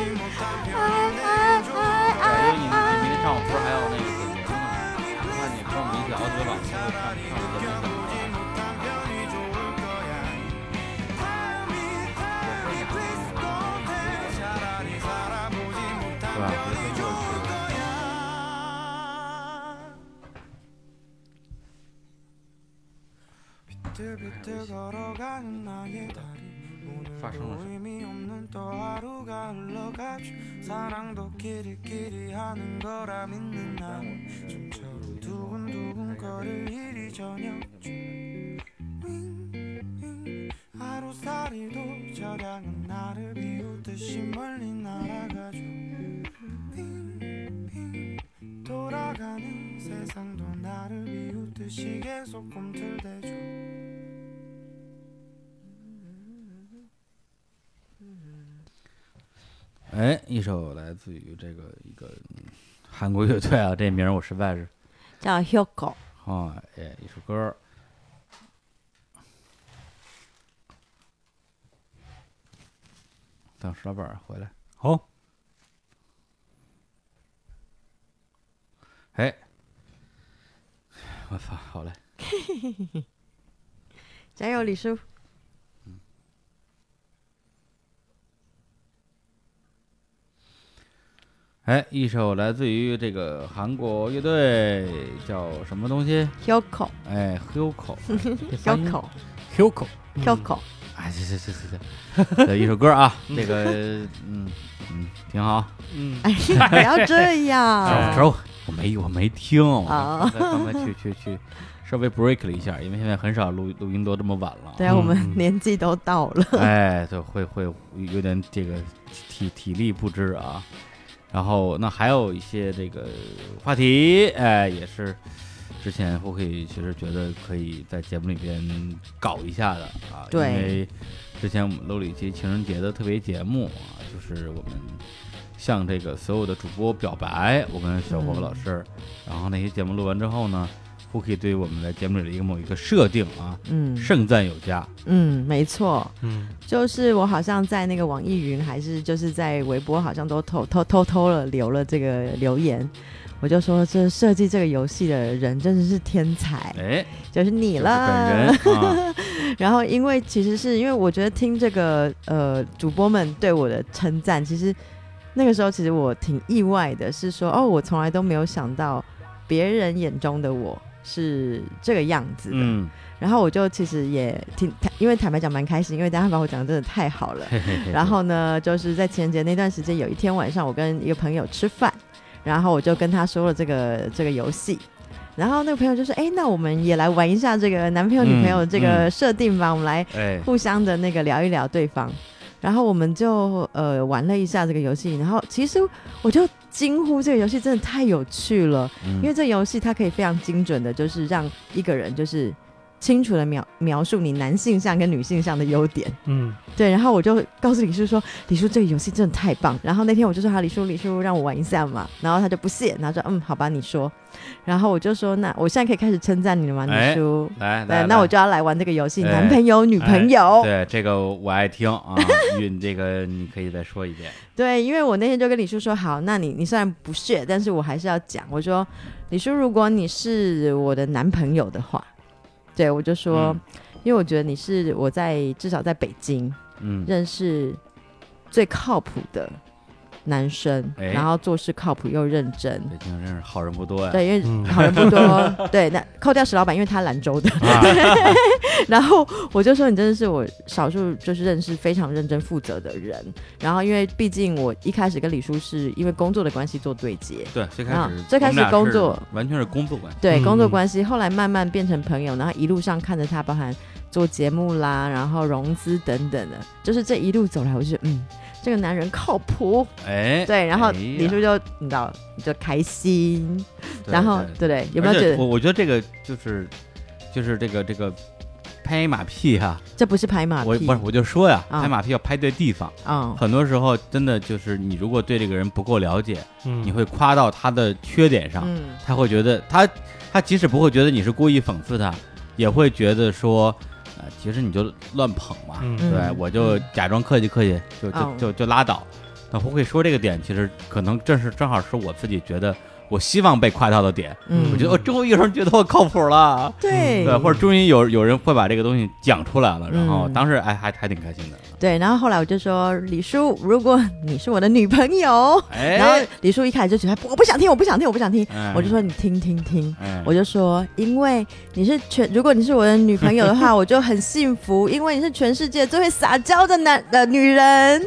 보지 못한 별이 내겐 좋을 거야 因为你你明天上午不是还有那个解决吗？我看你跟我们一起熬酒吧，然后上上午咱们怎么 못한 별이 좋을 거야 Tell me, tell me, please don't tell 차라리 살아보지 对 못吧？한별이 我觉得就是 거야 비틀비틀 걸어가는 나의 다리 오늘도 파송을 의미 없는 또 하루가 흘러가죠 사랑도 끼리끼리 하는 거라 믿는 난 좀처럼 두근두근거릴 일이 전혀 없죠 윙, 윙. 차량은 나를 비웃듯이 멀리 날아가죠 빙빙 돌아가는 세상도 나를 비웃듯이 계속 꿈틀대죠 哎，一首来自于这个一个嗯韩国乐队啊，这名儿我实在是叫 Hugo，啊，哎，一首歌儿。等石老板儿回来。好，哎，我操，好嘞，加油，李叔！哎，一首来自于这个韩国乐队叫什么东西？ Hugo 哎，Hugo， Hugo Hugo Hugo， *laughs* 哎，行行行行行，的一首歌啊，这个嗯嗯挺好，嗯，哎，不要这样哎走走，我没我没听，我啊刚才刚才去去去稍微 break 了一下，因为现在很少录录音都这么晚了，对啊，我嗯们 *laughs* 年纪都到了， *laughs* 哎，对，会会有点这个体体力不支啊。然后那还有一些这个话题，哎，也是之前胡可以其实觉得可以在节目里边搞一下的啊，因对为之前我们录了一期情人节的特别节目啊，就是我们向这个所有的主播表白，我跟小伙伴老师，然后那期节目录完之后呢。胡可以对我们在节目里的一个某一个设定啊，嗯盛赞有加，嗯，没错，嗯，就是我好像在那个网易云，还是就是在微博，好像都偷偷偷偷了留了这个留言。我就说，这设计这个游戏的人真的是天才，哎，就是你就是了。本人啊， *laughs* 然后，因为其实是因为我觉得听这个呃主播们对我的称赞，其实那个时候其实我挺意外的，是说哦，我从来都没有想到别人眼中的我是这个样子的。嗯，然后我就其实也挺，因为坦白讲蛮开心，因为大家把我讲的真的太好了。嘿嘿嘿然后呢，就是在情人节那段时间，有一天晚上，我跟一个朋友吃饭，然后我就跟他说了这个这个游戏，然后那个朋友就说：“哎，那我们也来玩一下这个男朋友嗯女朋友这个设定吧，我们来哎，互相的那个聊一聊对方。”然后我们就呃玩了一下这个游戏，然后其实我就惊呼这个游戏真的太有趣了，因因为这游戏它可以非常精准的，就是让一个人就是清楚的描描述你男性向跟女性向的优点。嗯，对，然后我就告诉李叔说：“李叔，这个游戏真的太棒。”然后那天我就说：“好，李叔，李叔，让我玩一下嘛。”然后他就不屑，然后说：“嗯，好吧，你说。”然后我就说：“那我现在可以开始称赞你了吗，哎李叔？”来来对来，，呃那我就要来玩这个游戏，哎男朋友、女朋友。对这个我爱听啊，你这个你可以再说一遍，对，因为我那天就跟李叔说：“好，那你你虽然不屑，但是我还是要讲。”我说：“李叔，如果你是我的男朋友的话，对我就说，因为我觉得你是我在至少在北京，嗯，认识最靠谱的男生，哎然后做事靠谱又认真。北京真是好人不多呀，对，因嗯 *laughs* 为好人不多。对，那扣掉石老板，因为他兰州的。啊然后我就说你真的是我少数就是认识非常认真负责的人。然后因为毕竟我一开始跟李叔是因为工作的关系做对接，对，最开啊始最开我们俩始工是作完全是工作关系，对嗯工作关系，后来慢慢变成朋友，然后一路上看着他，包含做节目啦，然后融资等等的，就是这一路走来，我就觉得嗯，这个男人靠谱。哎，对，然后哎呀李叔就、你知道就开心，对然后对对不对？有没而有且觉得我我觉得这个就是就是这个这个拍马屁哈，这不是拍马我屁？不是我就说呀，啊拍马屁要拍对地方，嗯，很多时候真的就是你如果对这个人不够了解，嗯你会夸到他的缺点上，嗯，他会觉得他他即使不会觉得你是故意讽刺他，也会觉得说，呃，其实你就乱捧嘛，嗯嗯对，我就假装客气客气，就就嗯就就拉倒。那胡慧说这个点，其实可能正是正好是我自己觉得我希望被夸到的点，嗯我嗯觉得我哦终于有人觉得我靠谱了。对对，或者终于有有人会把这个东西讲出来了，然后嗯当时哎还还挺开心的，对，然后后来我就说李叔，如果你是我的女朋友，然后哎，李叔一开始就觉得我不想听，我不想听，我不想听，哎我就，说你听听听。哎我就说，因为你是全，如果你是我的女朋友的话，我就很幸福，因为你是全世界最会撒娇的男的女人。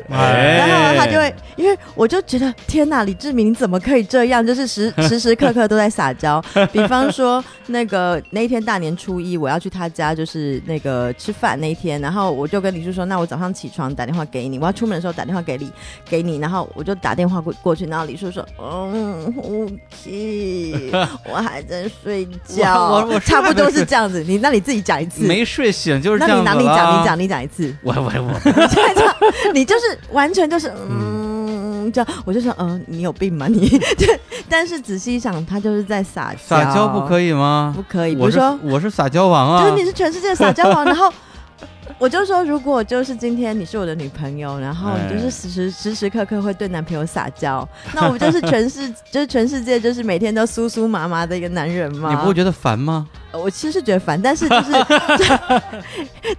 哎然后他就会，因为我就觉得天哪，李志明怎么可以这样？就是实时时刻刻都在撒娇。比方说，那个那一天大年初一，我要去他家，就是那个吃饭那一天，然后我就跟李叔说，那我早上起床打电话给你，我要出门的时候打电话给你，给你，然后我就打电话过过去，然后李叔说，嗯，OK，我还在睡觉，我我我差不多是这样子。你那你自己讲一次，没睡醒就是那这你样拿子你了啊讲，你讲，你讲一次。 *laughs* 我我我 *laughs* 你就是完全就是 *laughs* 嗯，这样我就说，嗯、你有病吗你？就但是仔细一想，他就是在撒娇，撒娇不可以，以吗不？可以，比我如是说，我是撒娇王就啊是！你是全世界的撒娇王，然后。 *laughs* 我就说，如果就是今天你是我的女朋友，然后你就是哎时时时时刻刻会对男朋友撒娇，那我不就是全世 *laughs* 就是全世界就是每天都酥酥麻麻的一个男人吗？你不会觉得烦吗？我其实是觉得烦，但 *laughs* 是就是，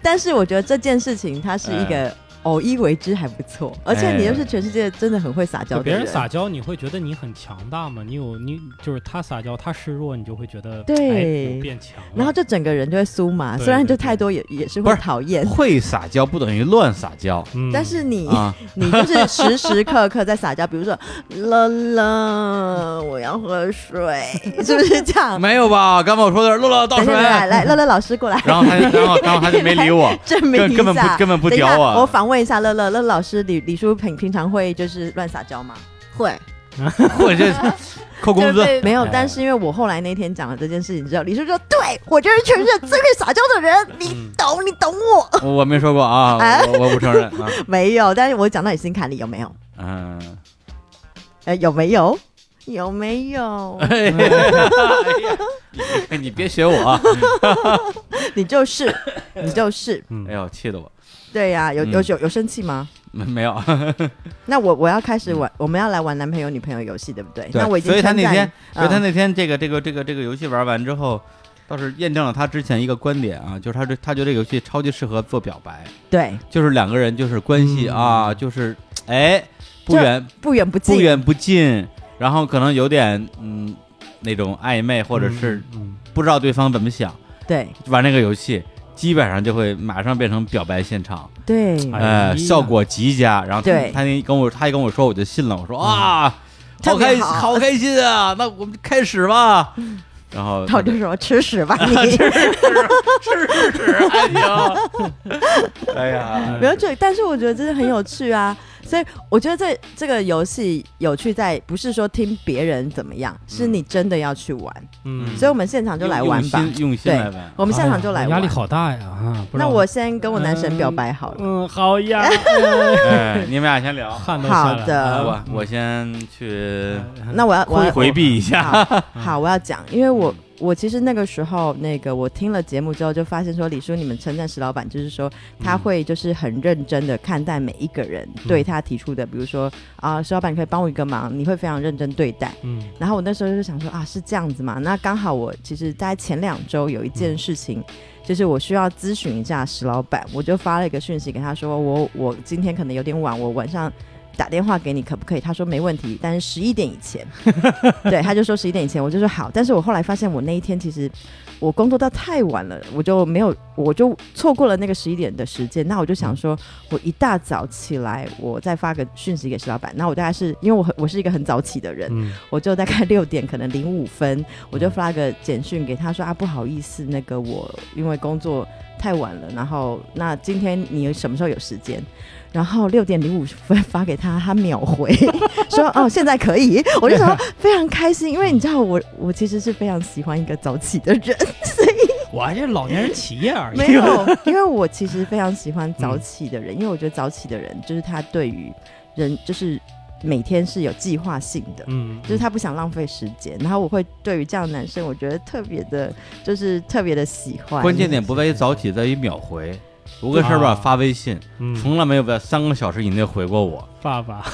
但是我觉得这件事情它是一嗯个偶一为之还不错，而且你又是全世界真的很会撒娇就的别人撒娇，你会觉得你很强大吗？你有你就是他撒娇，他示弱，你就会觉得对哎我变强了。然后就整个人就会酥麻，对虽然就太多也也是不会是讨 *laughs* 厌，会撒娇不等于乱撒娇嗯，但是呃你、啊！你就是时时刻刻在撒娇，比如说乐乐，我要喝水，是不是这样？没有吧？刚才我说的是乐嗯乐倒等水等，来来，乐乐老师过来，然后他然后然后他就没理 *laughs*，我证明根一根本下不。根本不等一屌啊下，我我。访问一下乐乐，乐乐老师，李李叔平平常会就是乱撒娇吗？会我 *laughs* 这扣工资，没有哎，但是因为我后来那天讲了这件事情之后，李叔说：“对我就是全世界最会撒娇的人，嗯你懂，你懂我。 *laughs* 我我没说过啊，哎我我不承认 *laughs* 啊。”没有，但是我讲到你心坎里，有没有？嗯，？呃，有没有？有没有 *laughs* 哎呀哎你别学我 *laughs* 啊！你就是，你就是，嗯哎呦，气得我对呀、有嗯有有有生气吗？没没有。啊那我我要开始玩，我们要来玩男朋友女朋友游戏，对不对？嗯对那我已经所以他称赞那天你所以他嗯那天这个这个这个这个游戏玩完之后，倒是验证了他之前一个观点啊，就是他这他觉得这个游戏超级适合做表白，对就是两个人就是关系啊，就是哎不嗯这远不远不不近，远不近，然后可能有点嗯那种暧昧，或者是嗯不知道对方怎么想，对玩那个游戏。基本上就会马上变成表白现场，对，哎呀呃，效果极佳。然后他对嗯他那跟我，他一跟我说，我就信了。我说啊，好特别开好好开心啊！那我们就开始吧。然后他就说吃屎吧你。 *laughs* 是是，哎呀， *laughs* 哎呀没有这，但是我觉得这是很有趣啊。 *laughs* 所以我觉得这这个游戏有趣在不是说听别人怎么样，是你真的要去玩。嗯，所以我们现场就来玩吧，用心用心对来玩。我们现场就来哎呀玩。压力好大呀啊！不知那道我先跟我男神表白好了。嗯好 *laughs* 呀，哎，你们俩先聊，汗都下来了啊好嗯的我我先去嗯那我要我要回避一下。好，好，我要讲，因为我我其实那个时候，那个我听了节目之后，就发现说，李叔你们称赞石老板，就是说他会就是很认真的看待每一个人对嗯他提出的，比如说啊，石老板你可以帮我一个忙，你会非常认真对待。嗯然后我那时候就想说啊，是这样子嘛？那刚好我其实大概前两周有一件事情，就是我需要咨询一下石老板，我就发了一个讯息给他说，我我今天可能有点晚，我晚上。打电话给你可不可以？他说没问题，但是十一点以前，对，他就说十一点以前，我就说好。但是我后来发现，我那一天其实我工作到太晚了，我就没有，我就错过了那个十一点的时间。那我就想说，我一大早起来，我再发个讯息给石老板。那我大概是因为我很我是一个很早起的人，嗯我就大概 *laughs* 六点可能零五分，我就发个简讯给他说啊，不好意思，那个我因为工作太晚了，然后那今天你什么时候有时间？然后六点零五分 *laughs* 发给他，他秒回 *laughs* 说哦现在可以，我就想说非常开心，因为你知道 *laughs* 我我其实是非常喜欢一个早起的人，我还是老年人企业而已。 *laughs* 没有，嗯因为我其实非常喜欢早起的人，因为我觉得早起的人就是他对于人就是每天是有计划性的，嗯，就是他不想浪费时间，然后我会对于这样的男生，我觉得特别的，就是特别的喜欢。关键点不在于早起，在于秒回。我跟师啊吧发微信，嗯从来没有在三个小时以内回过我，爸爸，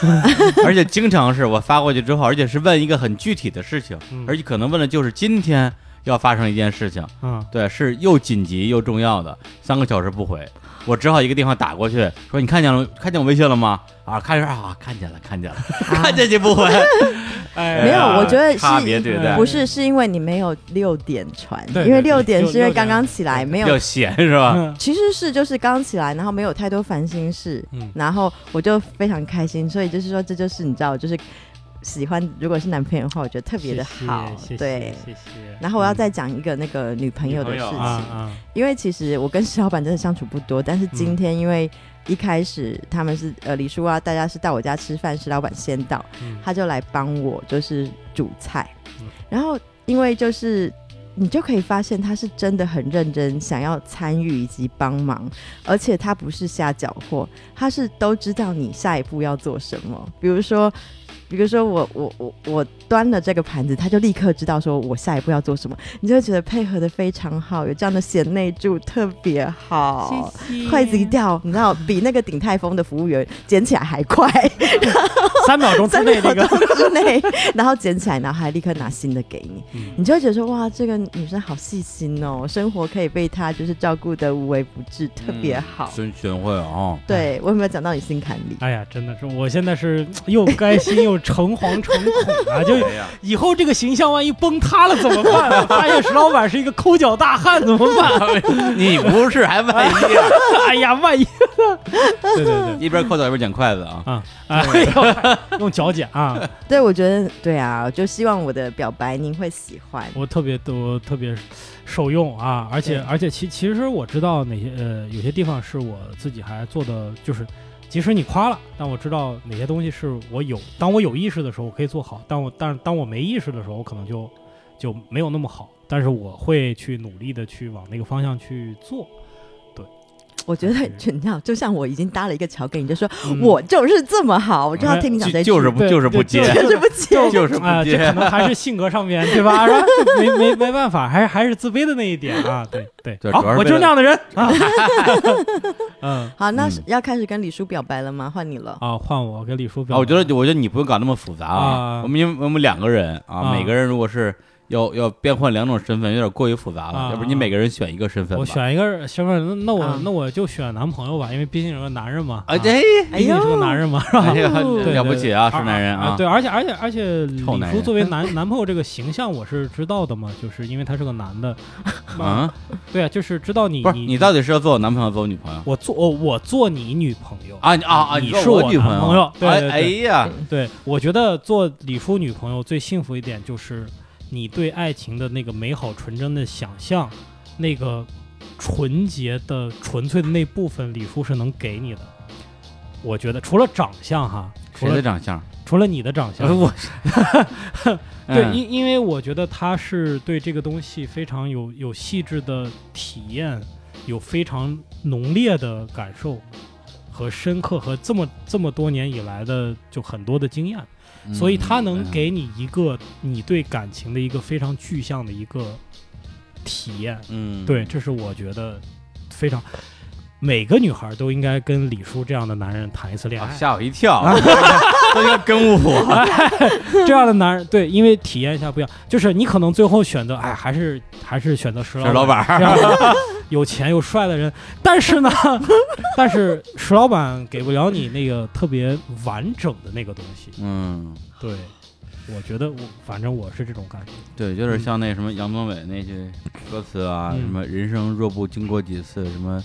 而且经常是我发过去之后，而且是问一个很具体的事情，嗯而且可能问的就是今天要发生一件事情，嗯对，是又紧急又重要的，三个小时不回，我只好一个电话打过去，说你看见了，看见我微信了吗？啊，看见啊，看见了，看 *laughs* 见了，看见就不回，哎哎没有，呀我觉得差别是。对待不，是，是因为你没有六点传，对因对对为六点六是因为六点刚刚起来，没比有较，闲是吧？嗯其实是就是刚起来，然后没有太多烦心事，嗯然后我就非常开心，所以就是说这就是你知道，就是喜欢，如果是男朋友的话，我觉得特别的好。谢谢对，谢嗯谢。然后我要再讲一个那个女朋友的女事朋情，友啊啊，因为其实我跟石老板真的相处不多，但是今天因为一开始他们是呃李叔啊，大家是到我家吃饭，石老板先到，嗯他就来帮我就是煮菜嗯，然后因为就是。你就可以发现他是真的很认真，想要参与以及帮忙，而且他不是瞎搅和，他是都知道你下一步要做什么。比如说，比如说我我我我端了这个盘子，他就立刻知道说我下一步要做什么，你就会觉得配合的非常好，有这样的贤内助特别好。筷子一掉，你知道比那个鼎泰丰的服务员捡起来还快，三秒 *laughs* 钟之三内秒那钟个，之内， *laughs* 然后捡起来，然后还立刻拿新的给你，嗯你就会觉得说哇，这个女生好细心哦，生活可以被她就是照顾的无微不至，特别嗯好。真贤惠啊！对我有没有讲到你心坎里？哎呀，真的是，我现在是又该心又诚惶诚恐啊！就哎呀，以后这个形象万一崩塌了怎么办？我发现石老板是一个抠脚大汉怎么办？ *laughs* 啊你不是还万一啊 *laughs* *laughs* 哎呀，万一……对对对，一边抠脚一边捡筷子啊？啊， *laughs* 哎呦， *laughs* 用脚剪啊！对，我觉得对啊，我就希望我的表白您会喜欢。我特别多，特别受用啊！而且对而且其其实我知道哪些呃有些地方是我自己还做的，就是即使你夸了，但我知道哪些东西是我有，当我有意识的时候我可以做好，但我但是当我没意识的时候，我可能就就没有那么好。但是我会去努力的去往那个方向去 *gasps* 做。我觉得很嗯重要，就像我已经搭了一个桥给你，就说、嗯我就是这么好，我就要听你讲这就句， *laughs* 就是不对就是不接就，就是不接。 *laughs* 就是不啊，这可接。能还是性格上面对吧？是 *laughs* 吧？没没没办法，还是还是自卑的那一点啊。对 *laughs* 对对，好主要，是我为就了是那样的人啊。 *laughs* *laughs* 嗯好，那嗯是要开始跟李叔表白了吗？换你了。啊，换我跟李叔啊，表白。我觉得我觉得你不用搞那么复杂啊我们因为我们两个人啊，啊每个人如果是要要变换两种身份，有点过于复杂了。啊要不你每个人选一个身份吧。我选一个身份，那那我、啊那我就选男朋友吧，因为毕竟是个男人嘛。啊，对，这 *laughs* 哎毕竟是个呦，男人嘛，是吧？哎呀对 *laughs* 对了不起啊，对是男人啊。对，而且而且而且，李臭男叔人 *laughs* 作为男男朋友这个形象，我是知道的嘛，就是因为他是个男的。啊，啊，对啊，就是知道你不是你你到底是要做我男朋友，做我女朋友我做我我做你女朋友啊？你啊啊，你说是我我女男友？朋友对哎对对哎呀，对，我觉得做李叔女朋友最幸福一点就是你对爱情的那个美好纯真的想象，那个纯洁的纯粹的那部分，李叔是能给你的。我觉得除了长相哈，除谁的了长 *laughs* 相？除了你的长相，我 *laughs* 对，嗯因因为我觉得他是对这个东西非常有有细致的体验，有非常浓烈的感受和深刻和这么这么多年以来的就很多的经验，所以他能嗯给你一个你对感情的一个非常具象的一个体验。嗯对，这是我觉得非常每个女孩都应该跟李叔这样的男人谈一次恋啊爱。吓我一跳， *laughs* 都要跟 *laughs* 我。这样的男人，对，因为体验一下不一样，就是你可能最后选择，哎，还是还是选择石石老板板这样的 *laughs* 有钱又帅的人，但是呢， *laughs* 但是石老板给不了你那个特别完整的那个东西。嗯，对，我觉得我反正我是这种感觉。对，就是像那什么杨宗纬那句歌词啊，嗯什么人生若不经过几次，什么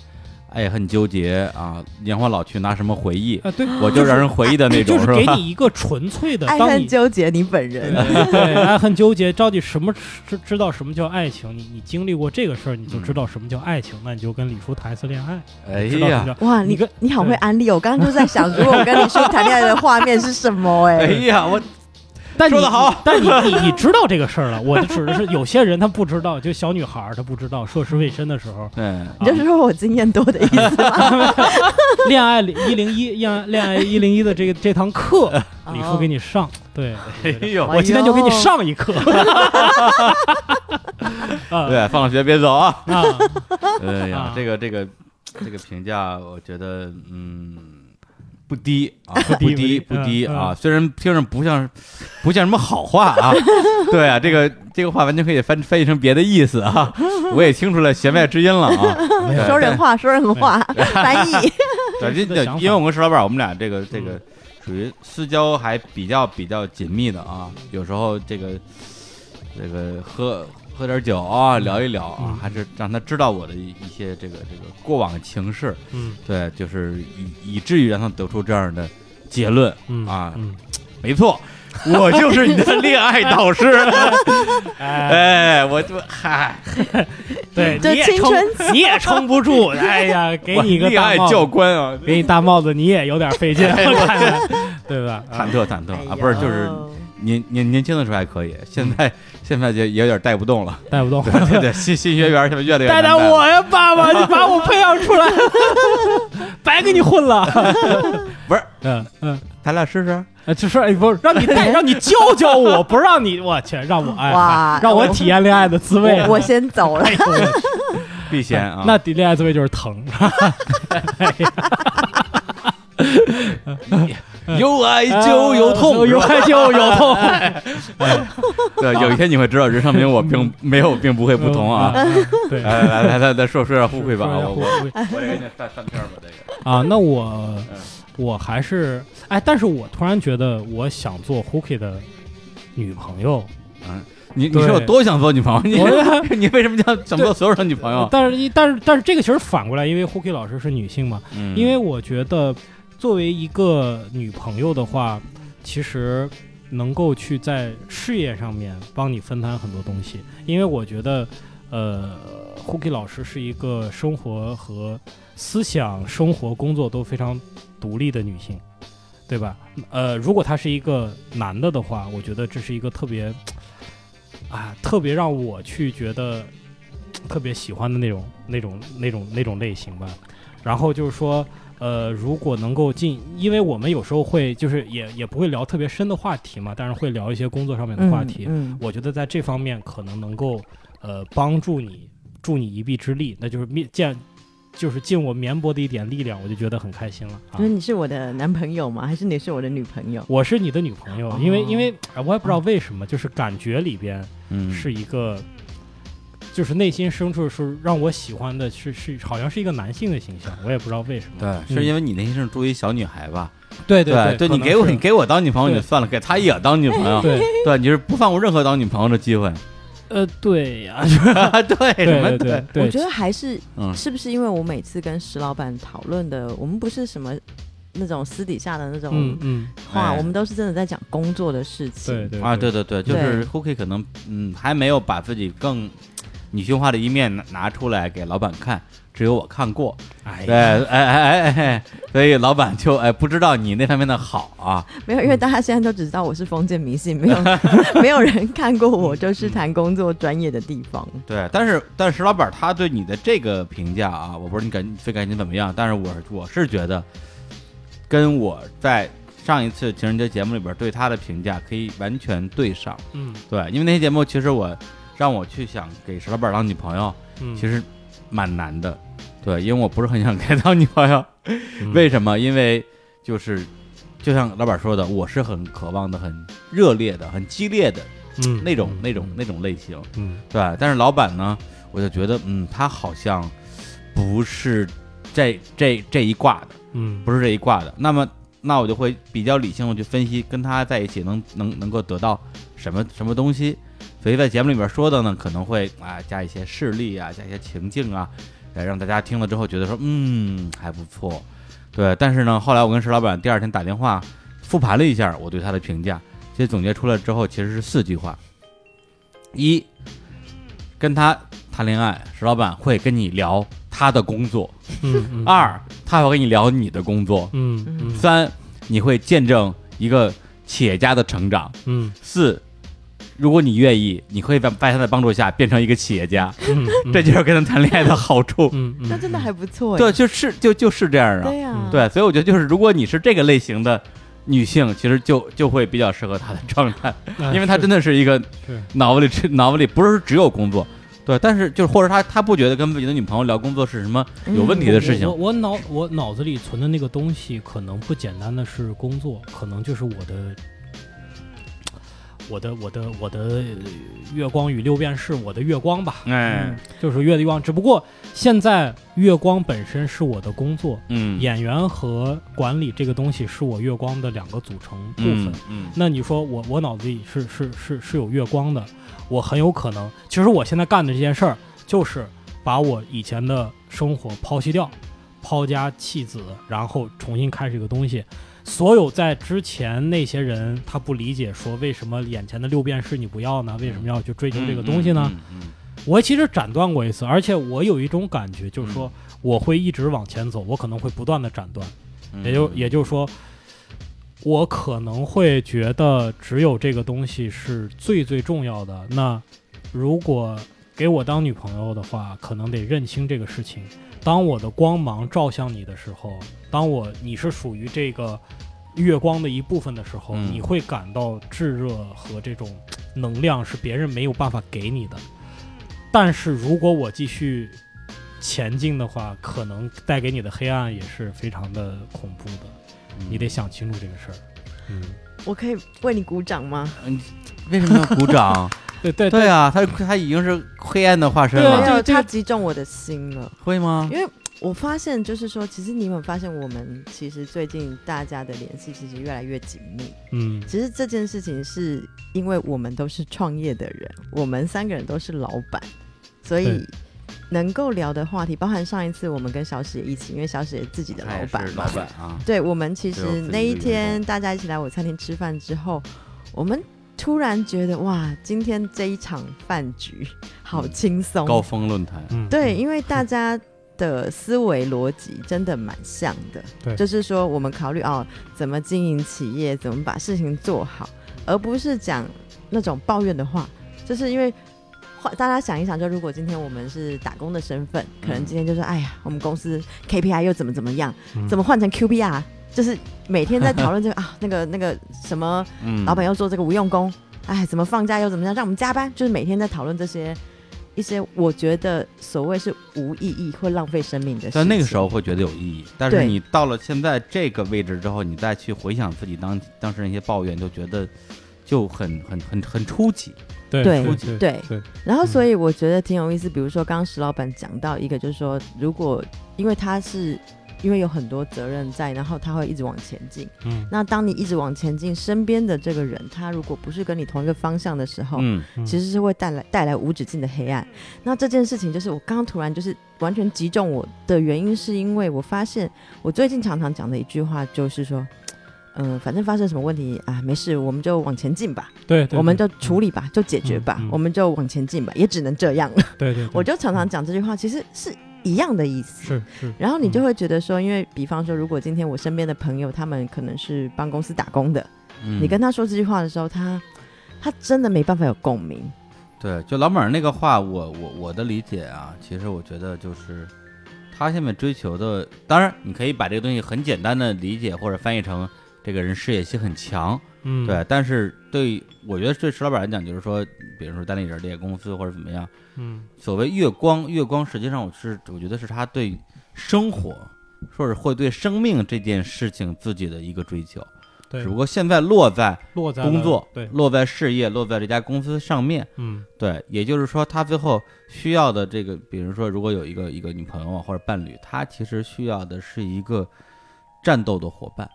爱恨纠结啊，年华老去拿什么回忆？啊，对，我就让人回忆的那 *laughs* 种，哎就是吧？给你一个纯粹的，爱当恨你纠结你本人，对，爱恨纠结，到底什么知知道什么叫爱情？你你经历过这个事儿，你就知道什么叫爱情。那你就跟李叔谈一次恋爱，哎知道什么呀，叫哇，你你跟你好会安利哦！我刚刚就在想，如果我跟李叔谈恋爱的画面是什么？哎哎，呀，我但说你得好，但你你你知道这个事儿了。我的指的是有些人他不知道，就小女孩儿她不知道涉世未深的时 *laughs* 候，对，你就是说我经验多的意思吗？恋爱一零一恋爱恋爱一零一的这个这堂课，李叔给 *laughs* *laughs* 你你上。对，哎呦，我今天就给你上一课。啊对，放了学别走啊！啊， *laughs* 哎呀啊，这个这个这个评价，我觉得嗯不低啊，不低低不低不低嗯啊！虽然听着不像不像什么好话啊，对啊，这个这个话完全可以翻翻译成别的意思啊。我也听出来弦外之音了 *laughs* 啊。没有对说人话，说人话， *laughs* 翻译。对，真这实的这想法嗯因为我跟石老板，我们俩这个这个属于私交还比较比较紧密的啊，有时候这个这个喝喝点酒啊，聊一聊啊嗯，还是让他知道我的一一些这个这个过往情事，嗯对，就是以以至于让他得出这样的结论，嗯啊嗯没错，我就是你的恋爱导 *laughs* 师。哎，哎，我就嗨， *laughs* 对，这你也青撑春，你也撑不住，哎呀，*laughs* 给我你一个恋大爱哎帽教子，哎官啊，给你大帽子，你也有点费 *laughs* 劲，我看着对吧？啊忐忑忐忑哎啊，不是呦就是年年年轻的时候还可嗯以，现在 *laughs* 现在也也有点带不 *laughs* 动了。带不动，对对对，新新学员现在越来越带难带了 *laughs* 我呀，爸爸，你把我培养出来， *laughs* 白跟你混了。 *laughs* 不是，嗯嗯，咱俩试试。呃就说哎，不是让你带，让你教教我，不让你，我去，让我哎，哇让我体验恋爱的滋味。我我先走了 *laughs* 哎。呦喂必先啊，那底恋爱滋味就是 *laughs* 疼，有爱就嗯呃有痛， *laughs* 有是吧爱就有 *laughs* 痛，对，有一天你会知道，人生没有我并没有并不会不同啊。嗯。嗯对，来来来来来，说说点互惠吧，说一下我互我惠我这个上上片吧，这个啊，那我我还是哎，但是我突然觉得我想做 Hooky 的女朋友，你你对是有多想做女朋友？ *laughs* 我你你为什么叫想做所有的女朋友？呃但是但是但是这个其实反过来，因为 Hooky 老师是女性嘛，嗯因为我觉得作为一个女朋友的话，其实能够去在事业上面帮你分摊很多东西，因为我觉得，呃，Hooky 老师是一个生活和思想、生活、工作都非常独立的女性，对吧？呃，如果她是一个男的的话，我觉得这是一个特别，啊，特别让我去觉得特别喜欢的那种、那种、那种、那种类型吧。然后就是说，呃，如果能够进，因为我们有时候会就是也也不会聊特别深的话题嘛，但是会聊一些工作上面的话题。嗯，我觉得在这方面可能能够呃帮助你助你一臂之力，那就是面见就是尽我绵薄的一点力量，我就觉得很开心了啊就。是你是我的男朋友吗？还是你是我的女朋友？我是你的女朋友，因为哦因为哎我也不知道为什么，就是感觉里边嗯是一个，就是内心深处是让我喜欢的是是好像是一个男性的形象，我也不知道为什么。对，是因为你内心是作为小女孩吧？嗯对对你给我你给我当女朋友对就算了，给她也当女朋友， *laughs* 对， *laughs* 对，你是不放过任何当女朋友的机会。 *laughs* 呃，对呀、对，什么对对，对我觉得还是嗯是不是因为我每次跟石老板讨论的，我们不是什么那种私底下的那嗯种嗯，话，哎我们都是真的在讲工作的事情。对对啊，对对对，就对是 Hooky 可能嗯还没有把自己更女性化的一面拿拿出来给老板看，只有我看过，哎对，哎哎哎哎，所以老板就哎不知道你那方面的好啊，没有，因为大家现在都只知道我是封建迷信，*laughs* 没有没有人看过我，就是谈工作专业的地方。对，但是但是石老板他对你的这个评价啊，我不知道你感非感情怎么样，但是我我是觉得跟我在上一次情人节节目里边对他的评价可以完全对上，嗯对，因为那期节目其实我让我去想给石老板当女朋友。嗯，其实蛮难的，对，因为我不是很想给他当女朋友。嗯 *laughs* 为什么？因为就是就像老板说的，我是很渴望的、很热烈的、很激烈的嗯那种、那种、那种类型，嗯对吧。但是老板呢，我就觉得，嗯，他好像不是这这这一挂的，嗯不是这一挂的。那么。那我就会比较理性的去分析，跟他在一起能能能够得到什么什么东西，所以在节目里面说的呢，可能会啊加一些事例啊，加一些情境啊，来让大家听了之后觉得说，嗯，还不错，对。但是呢，后来我跟石老板第二天打电话复盘了一下我对他的评价，其实总结出来之后其实是四句话：一，跟他谈恋爱，石老板会跟你聊他的工作；嗯 *laughs* 嗯二，他会跟你聊你的工作；嗯嗯三，你会见证一个企业家的成长。嗯四，如果你愿意，你会在在他的帮助下变成一个企业家，嗯，这就是跟他谈恋爱的好处。嗯嗯，那真的还不错哎。对，就是就就是这样啊对。呀、嗯对，所以我觉得就是，如果你是这个类型的女性，其实就就会比较适合她的状态，因为她真的的是一个哎是脑子里脑子里不是只有工作。对，但是就是或者她她不觉得跟自己的女朋友聊工作是什么嗯有问题的事情我，我脑我脑子里存的那个东西，可能不简单的是工作，可能就是我的。我的我的我的月光与六便士，我的月光吧，哎，就是月光。只不过现在月光本身是我的工作，嗯，演员和管理这个东西是我月光的两个组成部分。嗯嗯那你说我我脑子里是是是是有月光的，我很有可能，其实我现在干的这件事儿就是把我以前的生活抛弃掉，抛家弃子，然后重新开始一个东西。所有在之前那些人，他不理解说为什么眼前的六便士你不要呢？为什么要去追求这个东西呢？嗯？嗯嗯我其实斩断过一次，而且我有一种感觉，就是说我会一直往前走，我可能会不断的斩断，嗯也就也就是说，我可能会觉得只有这个东西是最最重要的。那如果给我当女朋友的话，可能得认清这个事情。当我的光芒照向你的时候，当我你是属于这个月光的一部分的时候，嗯你会感到炙热和这种能量是别人没有办法给你的。但是如果我继续前进的话，可能带给你的黑暗也是非常的恐怖的。你得想清楚这个事儿。嗯，我可以为你鼓掌吗？为什么要鼓掌？对 *laughs* 对对啊，他他已经是黑暗的化身对没了，有，这他个击中我的心了。会吗？因为我发现，就是说，其实你有没有发现，我们其实最近大家的联系其实越来越紧密。嗯其实这件事情是因为我们都是创业的人，我们三个人都是老板，所以对能够聊的话题，包含上一次我们跟小史也一起，因为小史也自己的他老也板是嘛老，板啊，对，我们其对我实自己那的一员天工大家一起来我餐厅吃饭之后，我们突然觉得哇，今天这一场饭局好嗯轻松，啊高峰论坛，嗯，对，因为大家的思维逻辑真的蛮像的，对就是说我们考虑哦，怎么经营企业，怎么把事情做好，而不是讲那种抱怨的话，就是因为。话大家想一想，就如果今天我们是打工的身份，可能嗯今天就说，哎呀，我们公司 KPI 又怎么怎么样，嗯怎么换成 QBR？就是每天在讨论这个啊，那个那个什么嗯，老板又做这个无用功，哎，怎么放假又怎么样，让我们加班，就是每天在讨论这些一些我觉得所谓是无意义或浪费生命的事情。在那个时候会觉得有意义，但是对你到了现在这个位置之后，你再去回想自己当当时那些抱怨，就觉得就很很很很初级。对对对对对，然后嗯所以我觉得挺有意思，比如说刚刚石老板讲到一个，就是说如果因为他是。因为有很多责任在，然后他会一直往前进。嗯那当你一直往前进，身边的这个人，他如果不是跟你同一个方向的时候，嗯，嗯其实是会带来带来无止境的黑暗。那这件事情就是我刚刚突然就是完全击中我的原因，是因为我发现我最近常常讲的一句话就是说，嗯、反正发生什么问题啊，没事，我们就往前进吧，对，对我们就对嗯处理吧，就解决吧，嗯嗯嗯我们就往前进吧，也只能这样了。对对，对我就常常讲这句话，其实是一样的意思。是嗯是，然后你就会觉得说，因为比方说，如果今天我身边的朋友他们可能是帮公司打工的，嗯你跟他说这句话的时候，他他真的没办法有共鸣。对，就老马那个话，我我我的理解啊，其实我觉得就是他现在追求的，当然你可以把这个东西很简单的理解或者翻译成这个人事业心很强，嗯对，，但是对我觉得对石老板来讲，就是说，比如说单立人这些公司或者怎么样，嗯所谓月光，月光实际上我是我觉得是他对生活，或者会对生命这件事情自己的一个追求，对只不，过现在落在落在工了作，对，落在事业，落在这家公司上面。嗯对，也就是说，他最后需要的这个，比如说，如果有一个一个女朋友啊或者伴侣，他其实需要的是一个战斗的伙伴，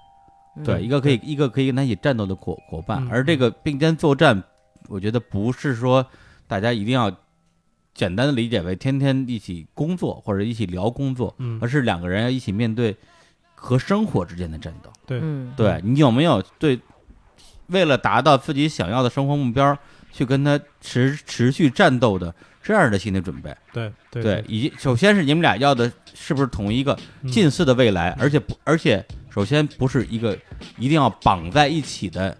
对，嗯一个可以一个可以跟他一起战斗的伙伙伴嗯。而这个并肩作战，我觉得不是说大家一定要简单的理解为天天一起工作或者一起聊工作，嗯而，是两个人要一起面对和生活之间的战斗。对嗯，对你有没有对为了达到自己想要的生活目标，去跟他持持续战斗的这样的心理准备？对对对，，以及首先是你们俩要的是不是同一个嗯近似的未来，而且不而且首先不是一个一定要绑在一起的。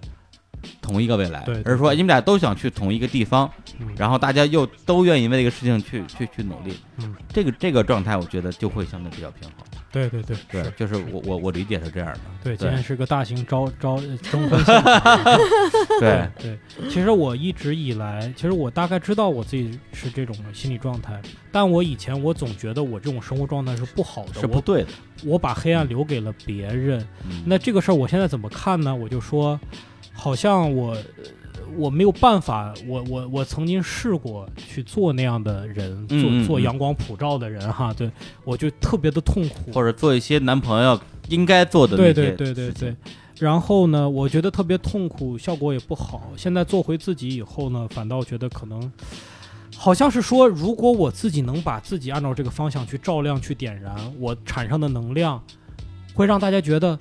同一个未来对，对而是说你们俩都想去同一个地方，嗯然后大家又都愿意为这个事情去去去努力，嗯这个这个状态，我觉得就会相对比较平衡。对对对对，是就是我我我理解是这样的。对，今对天是个大型招招征婚现场。对，对，其实我一直以来，其实我大概知道我自己是这种心理状态，但我以前我总觉得我这种生活状态是不好的，是不对的。我我把黑暗留给了别人。嗯那这个事儿我现在怎么看呢？我就说，好像我呃我没有办法，我我我曾经试过去做那样的人，做嗯嗯做嗯阳光普照的人哈，对我就特别的痛苦，或者做一些男朋友应该做的那对些对对对事情对，。然后呢，我觉得特别痛苦，效果也不好。现在做回自己以后呢，反倒觉得可能好像是说，如果我自己能把自己按照这个方向去照亮、去点燃，我产生的能量会让大家觉得，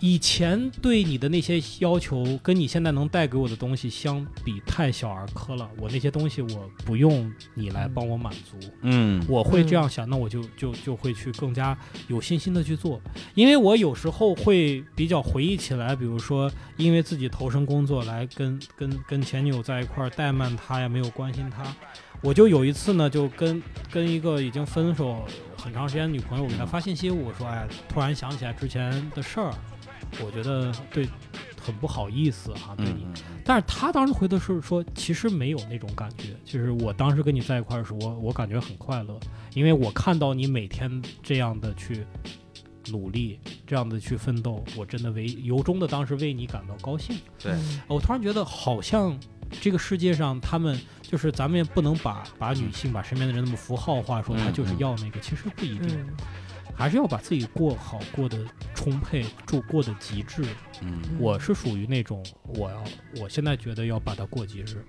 以前对你的那些要求跟你现在能带给我的东西相比太小儿科了。我那些东西我不用你来帮我满足，嗯我会这样想，那我就就就会去更加有信心的去做，因为我有时候会比较回忆起来，比如说因为自己投身工作来跟跟跟前女友在一块儿怠慢她呀，没有关心她。我就有一次呢，就跟跟一个已经分手很长时间的女朋友，我给她发信息，我说哎，突然想起来之前的事儿，我觉得对很不好意思哈、对你。嗯，但是他当时回的是说，其实没有那种感觉，就是我当时跟你在一块儿的时候，我我感觉很快乐，因为我看到你每天这样的去努力，这样的去奋斗，我真的为由衷的当时为你感到高兴。对我突然觉得好像这个世界上他们就是咱们也不能把把女性把身边的人那么符号化，说她就是要那个，其实不一定，嗯，还是要把自己过好，过得充沛，住过得极致。嗯我是属于那种我要，我现在觉得要把它过节日。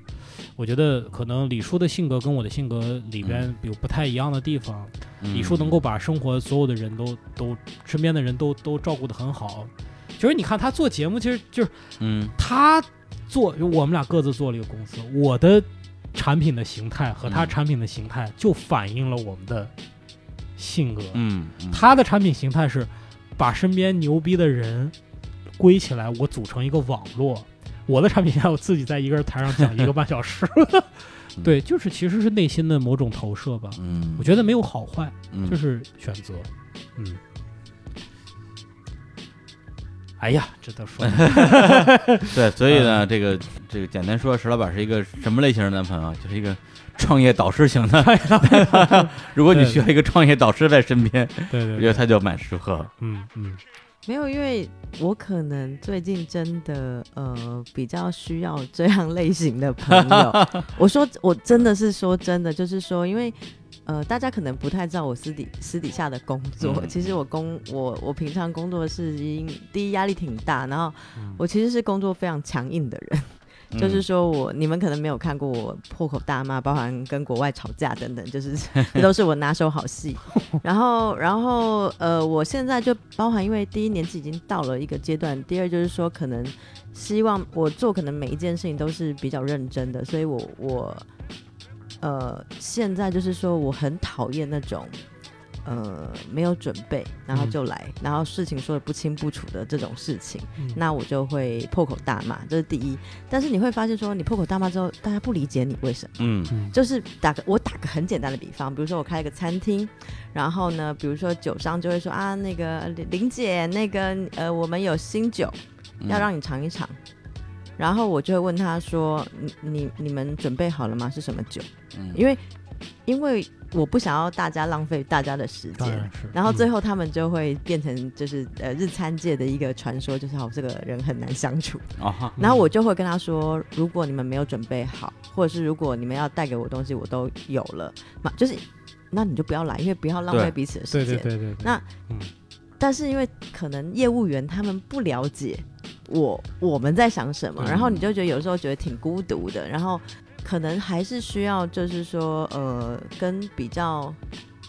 我觉得可能李叔的性格跟我的性格里边有不太一样的地方。嗯，李叔能够把生活所有的人都都身边的人都都照顾得很好。其实你看他做节目，其实就是嗯他做，我们俩各自做了一个公司，我的产品的形态和他嗯产品的形态就反映了我们的性格。嗯，嗯他的产品形态是把身边牛逼的人归起来，我组成一个网络。我的产品要我自己在一个人台上讲一个半小 *laughs* 时，对，就是其实是内心的某种投射吧。嗯，我觉得没有好坏，得就。是选择。嗯。哎呀，这都 *laughs* 说了对，所以嗯呢，这个这个简单说，石老板是一个什么类型的男朋友？啊就是一个创业导师型 *laughs* 的。如果你需要一个创业导师在身边，对我对觉得对，他就蛮适合。嗯嗯没有，因为我可能最近真的呃比较需要这样类型的朋友。我说我真的是说真的，就是说，因为呃大家可能不太知道我私底私底下的工作，嗯 *laughs* 其实我工我我平常工作是因第一压力挺大，然后嗯我其实是工作非常强硬的人。嗯就是说我你们可能没有看过我破口大骂，包含跟国外吵架等 *laughs* 等，就是这都是我拿手好戏。然后，然后呃，我现在就包含因为第一年纪已经到了一个阶段，第二就是说可能希望我做可能每一件事情都是比较认真的，所以我我呃现在就是说我很讨厌那种。呃，没有准备，然后就来，然后事情说的不清不楚的这种事情，嗯，那我就会破口大骂，这是第一。但是你会发现说，你破口大骂之后，大家不理解你为什么。嗯嗯就是打个我打个很简单的比方，比如说我开了个餐厅，然后呢，比如说酒商就会说啊，那个林林姐，那个呃，我们有新酒嗯要让你尝一尝。然后我就会问他说，你你你们准备好了吗？是什么酒？嗯因为因为我不想要大家浪费大家的时当间然，是。然后最嗯后他们就会变成就是呃日餐界的一个传说，就是哦这个人很难相处。啊哈，然后我就会跟他说，如果你们没有准备好，或者是如果你们要带给我东西我都有了，嘛就是那你就不要来，因为不要浪对费彼此的时对间。对对对，对那嗯但是因为可能业务员他们不了解我我们在想什么，嗯然后你就觉得有时候觉得挺孤独的，然后可能还是需要就是说呃跟比较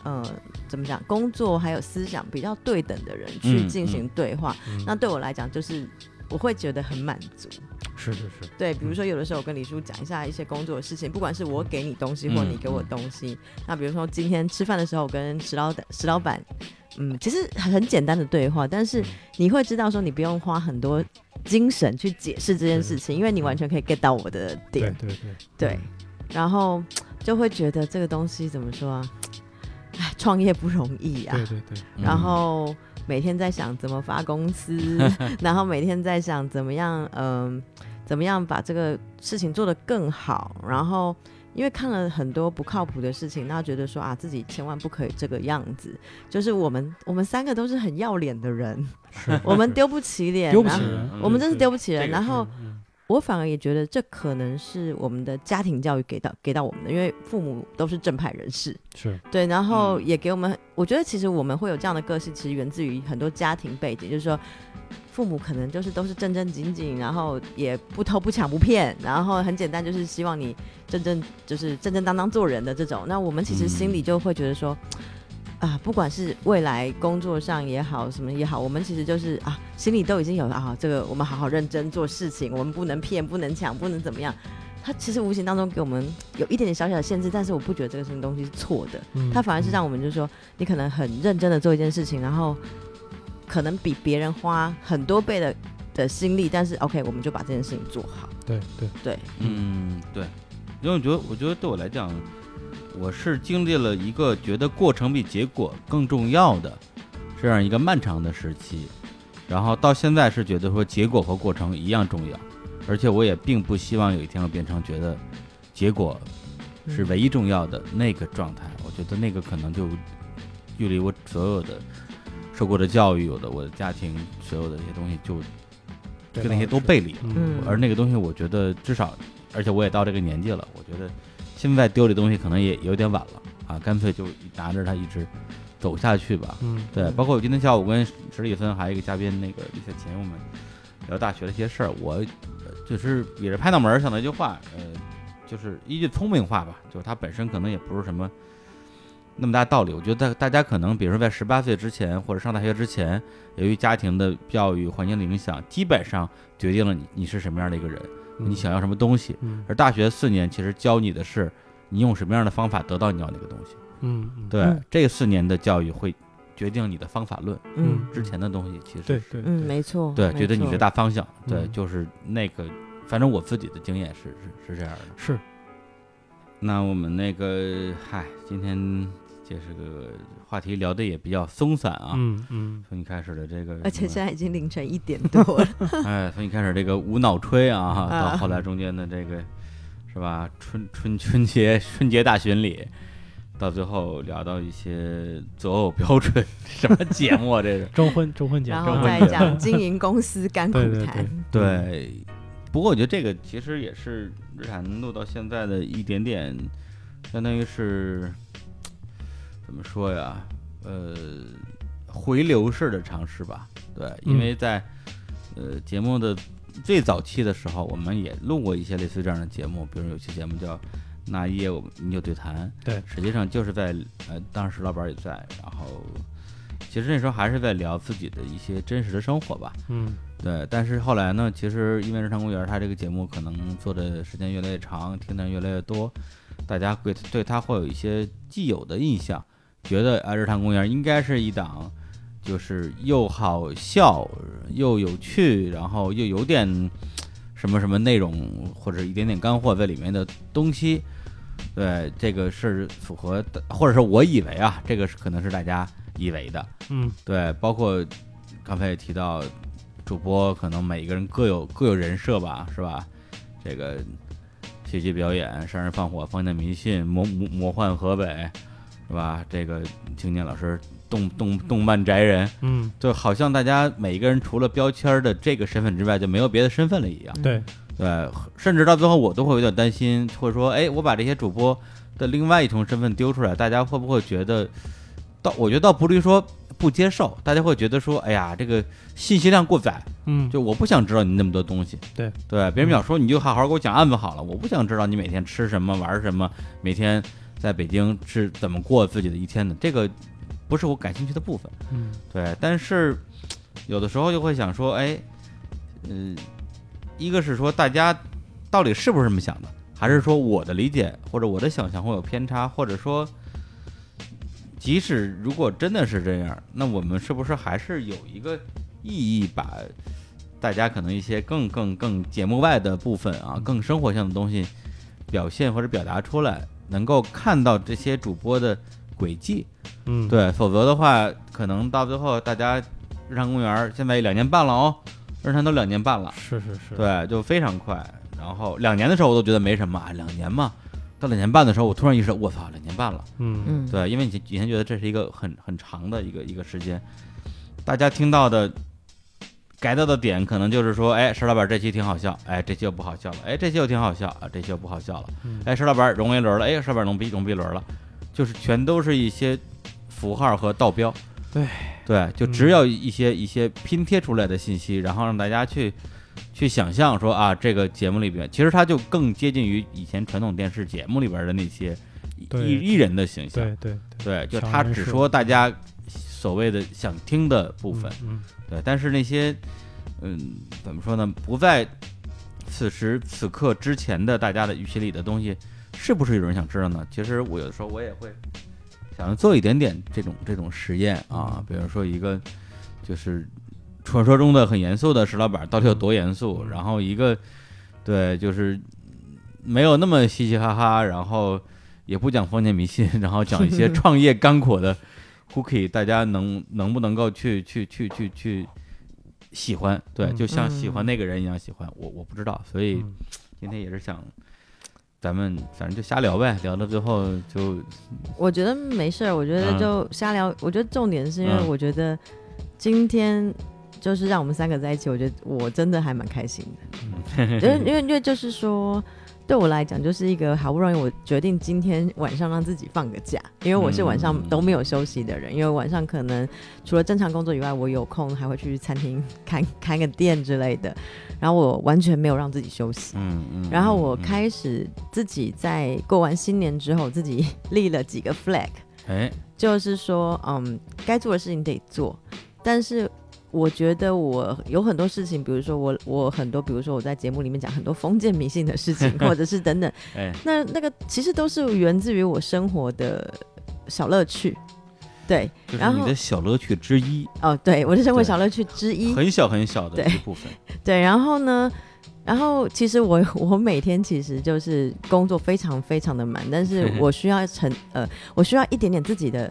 呃怎么讲工作还有思想比较对等的人去嗯进行对话。嗯那对我来讲就是。我会觉得很满足，是是是，对，比如说有的时候我跟李叔讲一下一些工作的事情，不管是我给你东西或嗯你给我东西，那比如说今天吃饭的时候，我跟石老板石老板，嗯，其实很简单的对话，但是嗯你会知道说你不用花很多精神去解释这件事情，因为你完全可以 get 到我的对点，对对嗯对，然后就会觉得这个东西怎么说啊？ *sighs* 哎，创业不容易啊，对对对，嗯然后每天在想怎么发公司，然后每天在想怎么样，嗯、怎么样把这个事情做得更好。然后因为看了很多不靠谱的事情，那觉得说啊，自己千万不可以这个样子。就是我们我们三个都是很要脸的人， *laughs* 是我们是丢不起脸，丢不然起后人嗯，我们真是对丢不起人。啊这个然后嗯嗯我反而也觉得这可能是我们的家庭教育给到给到我们的，因为父母都是正派人士。是对，然后嗯也给我们，我觉得其实我们会有这样的个性，其实源自于很多家庭背景，就是说父母可能就是都是正正经经，然后也不偷不抢不骗，然后很简单，就是希望你正正就是正正当当做人的这种。那我们其实心里就会觉得说。啊，不管是未来工作上也好，什么也好，我们其实就是啊，心里都已经有了啊，这个我们好好认真做事情，我们不能骗，不能抢，不能怎么样。他其实无形当中给我们有一点点小小的限制，但是我不觉得这个什么东西是错的，嗯嗯它反而是让我们就是说，你可能很认真的做一件事情，然后可能比别人花很多倍的的心力，但是 OK，我们就把这件事情做好。对对，对，嗯，对，因为我觉得，我觉得对我来讲，我是经历了一个觉得过程比结果更重要的这样一个漫长的时期，然后到现在是觉得说结果和过程一样重要，而且我也并不希望有一天我变成觉得结果是唯一重要的那个状态。我觉得那个可能就距离我所有的受过的教育、有的我的家庭、所有的一些东西就跟那些都背离了。嗯嗯，而那个东西，我觉得至少，而且我也到这个年纪了，我觉得现在丢这东西可能也有点晚了啊，干脆就拿着它一直走下去吧。嗯对，包括我今天下午跟史蒂芬还有一个嘉宾那个李雪琴，我们聊大学的一些事儿，我呃就是也是拍脑门儿想到一句话，呃，就是一句聪明话吧，就是它本身可能也不是什么那么大道理。我觉得大大家可能，比如说在十八岁之前或者上大学之前，由于家庭的教育环境的影响，基本上决定了你你是什么样的一个人，你想要什么东西。嗯而大学四年其实教你的是你用什么样的方法得到你要那个东西。嗯嗯对，嗯这四年的教育会决定你的方法论，嗯之前的东西其实对是对嗯，没错，对，没觉得你错的大方向，对，嗯就是那个，反正我自己的经验是是是这样的。是那我们那个，嗨，今天这是个话题聊的也比较松散啊，嗯嗯从一开始的这个什么，而且现在已经凌晨一点多 *laughs* 了， *laughs* 哎，从一开始这个无脑吹啊，啊到后来中间的这个是吧，春春春节春节大巡礼，到最后聊到一些择偶标准，什么节目啊，这是。征婚征婚节然征后再婚节讲经营公司甘苦 *laughs* 对对谈对。对，不过我觉得这个其实也是日产录到现在的一点点，相当于是怎么说呀？呃，回流式的尝试吧。对，因为在、呃节目的最早期的时候，我们也录过一些类似这样的节目，比如有期节目叫。那一夜我们你就对谈，对实际上就是在呃，当时老板也在，然后其实那时候还是在聊自己的一些真实的生活吧，嗯对，但是后来呢，其实因为《日常公园》它这个节目可能做的时间越来越长，听的人越来越多，大家会对它会有一些既有的印象，觉得啊，《日常公园》应该是一档就是又好笑又有趣，然后又有点什么什么内容或者一点点干货在里面的东西。对，这个是符合的，或者是我以为啊，这个是可能是大家以为的。嗯对，包括刚才也提到，主播可能每一个人各有各有人设吧，是吧？这个戏剧表演、杀人放火、封建迷信、魔魔魔幻河北，是吧？这个青年老师动动动漫宅人，嗯就好像大家每一个人除了标签的这个身份之外，就没有别的身份了一样。对对，甚至到最后我都会有点担心，会说，哎，我把这些主播的另外一重身份丢出来，大家会不会觉得，到我觉得倒不至于说不接受，大家会觉得说，哎呀，这个信息量过载，嗯就我不想知道你那么多东西。对对，别人想说你就好好给我讲案子好了，我不想知道你每天吃什么玩什么，每天在北京是怎么过自己的一天的，这个不是我感兴趣的部分。嗯对，但是有的时候就会想说，哎，嗯、一个是说大家到底是不是这么想的，还是说我的理解或者我的想象会有偏差，或者说，即使如果真的是这样，那我们是不是还是有一个意义把大家可能一些更更更节目外的部分啊，更生活上的东西表现或者表达出来，能够看到这些主播的轨迹，嗯对，否则的话，可能到最后大家日常公园儿现在也两年半了哦，日常都两年半了，是是是对，就非常快。然后两年的时候我都觉得没什么，哎两年嘛。到两年半的时候，我突然意识到，我操，两年半了。嗯嗯，对，因为以前以前觉得这是一个很很长的一个一个时间，大家听到的。改到的点可能就是说，哎，石老板这期挺好笑，哎，这期又不好笑了，哎，这期又挺好笑啊，这期又不好笑了，嗯哎，石老板融一轮了，哎，石老板融逼融逼轮了，就是全都是一些符号和道标，对嗯对，就只有一些、一些拼贴出来的信息，然后让大家去去想象说啊，这个节目里边，其实它就更接近于以前传统电视节目里边的那些对艺艺人的形象。对对对，就强他人只是说大家所谓的想听的部分，嗯，对，但是那些，嗯，怎么说呢？不在此时此刻之前的大家的预期里的东西，是不是有人想知道呢？其实我有的时候我也会想做一点点这种这种实验啊，比如说一个就是传说中的很严肃的石老板到底有多严肃，然后一个对就是没有那么嘻嘻哈哈，然后也不讲封建迷信， *laughs* 然后讲一 *laughs* 些创业干苦的 cookie，大家能能不能够去去去去去喜欢？对，嗯就像喜欢那个人一样喜欢我，我不知道，所以嗯今天也是想。咱们反正就瞎聊呗，聊到最后就我觉得没事儿，我觉得嗯就瞎聊。我觉得重点是因为嗯我觉得今天就是让我们三个在一起，我觉得我真的还蛮开心嗯的，因为因为因为就是说。对我来讲，就是一个好不容易我决定今天晚上让自己放个假，因为我是晚上嗯都没有休息的人，因为晚上可能除了正常工作以外，我有空还会去餐厅看 *laughs* 看个店之类的，然后我完全没有让自己休息。嗯嗯。然后我嗯，开始自己在过完新年之后，自己 *laughs* 立了几个 flag，哎，就是说，嗯，该做的事情得做，但是我觉得我有很多事情，比如说我我很多，比如说我在节目里面讲很多封建迷信的事情，或者是等等，哎，那那个其实都是源自于我生活的小乐趣，对，这是然你后的小乐趣之一，哦，对我的生活对小乐趣之一，很小很小的对一部分。对，然后呢，然后其实我 *laughs* 我每天其实就是工作非常非常的忙，*laughs* 但是我需要成呃，我需要一点点自己的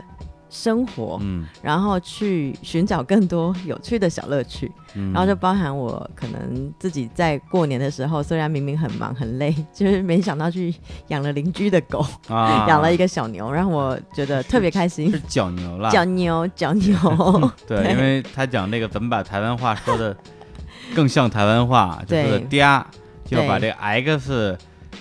生活，嗯然后去寻找更多有趣的小乐趣，嗯，然后就包含我可能自己在过年的时候，虽然明明很忙很累， *laughs* 就是没想到去养了邻居的狗，啊，养了一个小牛，让我觉得特别开心是。脚牛了，脚牛，脚牛， *laughs* 对，因 *laughs* 为他讲那个怎么把台湾话说的更像台湾话，就对是嗲，就要对把这个 X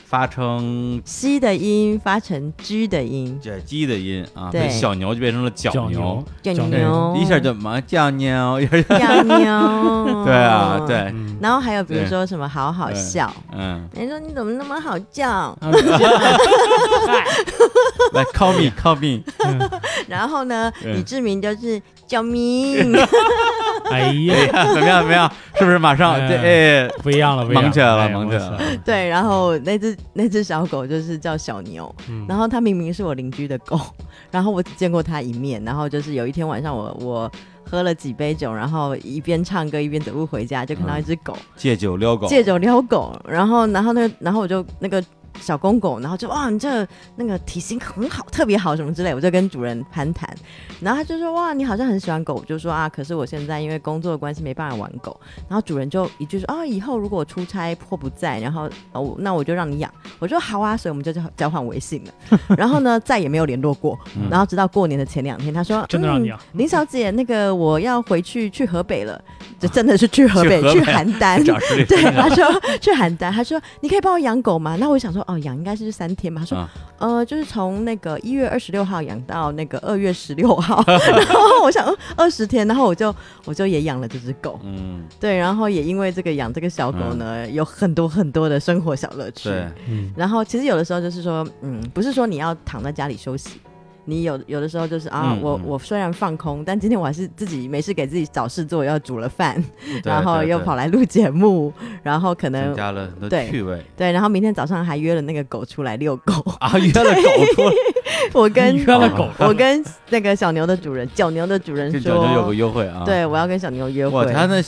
发成 c 的音发成 g 的音，这鸡的音啊，对所以小牛就变成了脚脚牛牛，，脚脚牛，一下就嘛脚牛， *laughs* 一下 *laughs* 就，要牛对哦啊，。对，嗯，然后还有比如对说什么好好对笑，嗯，人家说你怎么那么好笑？来 call *laughs* me call me， *laughs* 然后呢，对李志明就是 *laughs* 救命，*laughs* 哎呀，怎么样怎么样，是不是马上哎这哎不一样了，不一样忙起来了哎忙起来了哇塞对，然后那只那只小狗就是叫小牛，嗯然后它明明是我邻居的狗，然后我只见过它一面，然后就是有一天晚上我我喝了几杯酒，然后一边唱歌一边走路回家，就看嗯到一只狗，借酒撩狗， *laughs* 借酒撩狗，然后然后那个然后我就那个小公狗，然后就哇你这那个体型很好，特别好什么之类，我就跟主人攀谈，然后他就说哇你好像很喜欢狗，我就说啊可是我现在因为工作的关系没办法玩狗，然后主人就一句说啊以后如果啊我出差或不在，然后哦那我就让你养，我说好啊，所以我们就交交换微信了，然后呢再也没有联络过，嗯然后直到过年的前两天他说真的让你啊嗯养林小姐那个我要回去去河北了，就真的是去河 *laughs* 去北河去北邯郸，找 *laughs* 实力，对，他说去邯郸，他说你可以帮我养狗吗？那我想说哦，养应该是三天吧。他说、啊呃，就是从那个一月二十六号养到那个二月十六 *laughs* 号，然后我想哦二十天，然后我就我就也养了这只狗，嗯，对，然后也因为这个养这个小狗呢，有很多很多的生活小乐趣。对，嗯，然后其实有的时候就是说，嗯，不是说你要躺在家里休息。你有有的时候就是啊，嗯我嗯我虽然放空，但今天我还是自己没事给自己找事做，要煮了饭，对然后对又对跑来录节目，然后可能增加了很多对趣 *laughs* 味对，然后明天早上还约了那个狗出来遛狗，啊，约了狗出来，我 *laughs* 跟约了狗，我跟那个小牛的主人，小牛的主人这小牛有个说，约会啊。，对我要跟小牛约我会，他那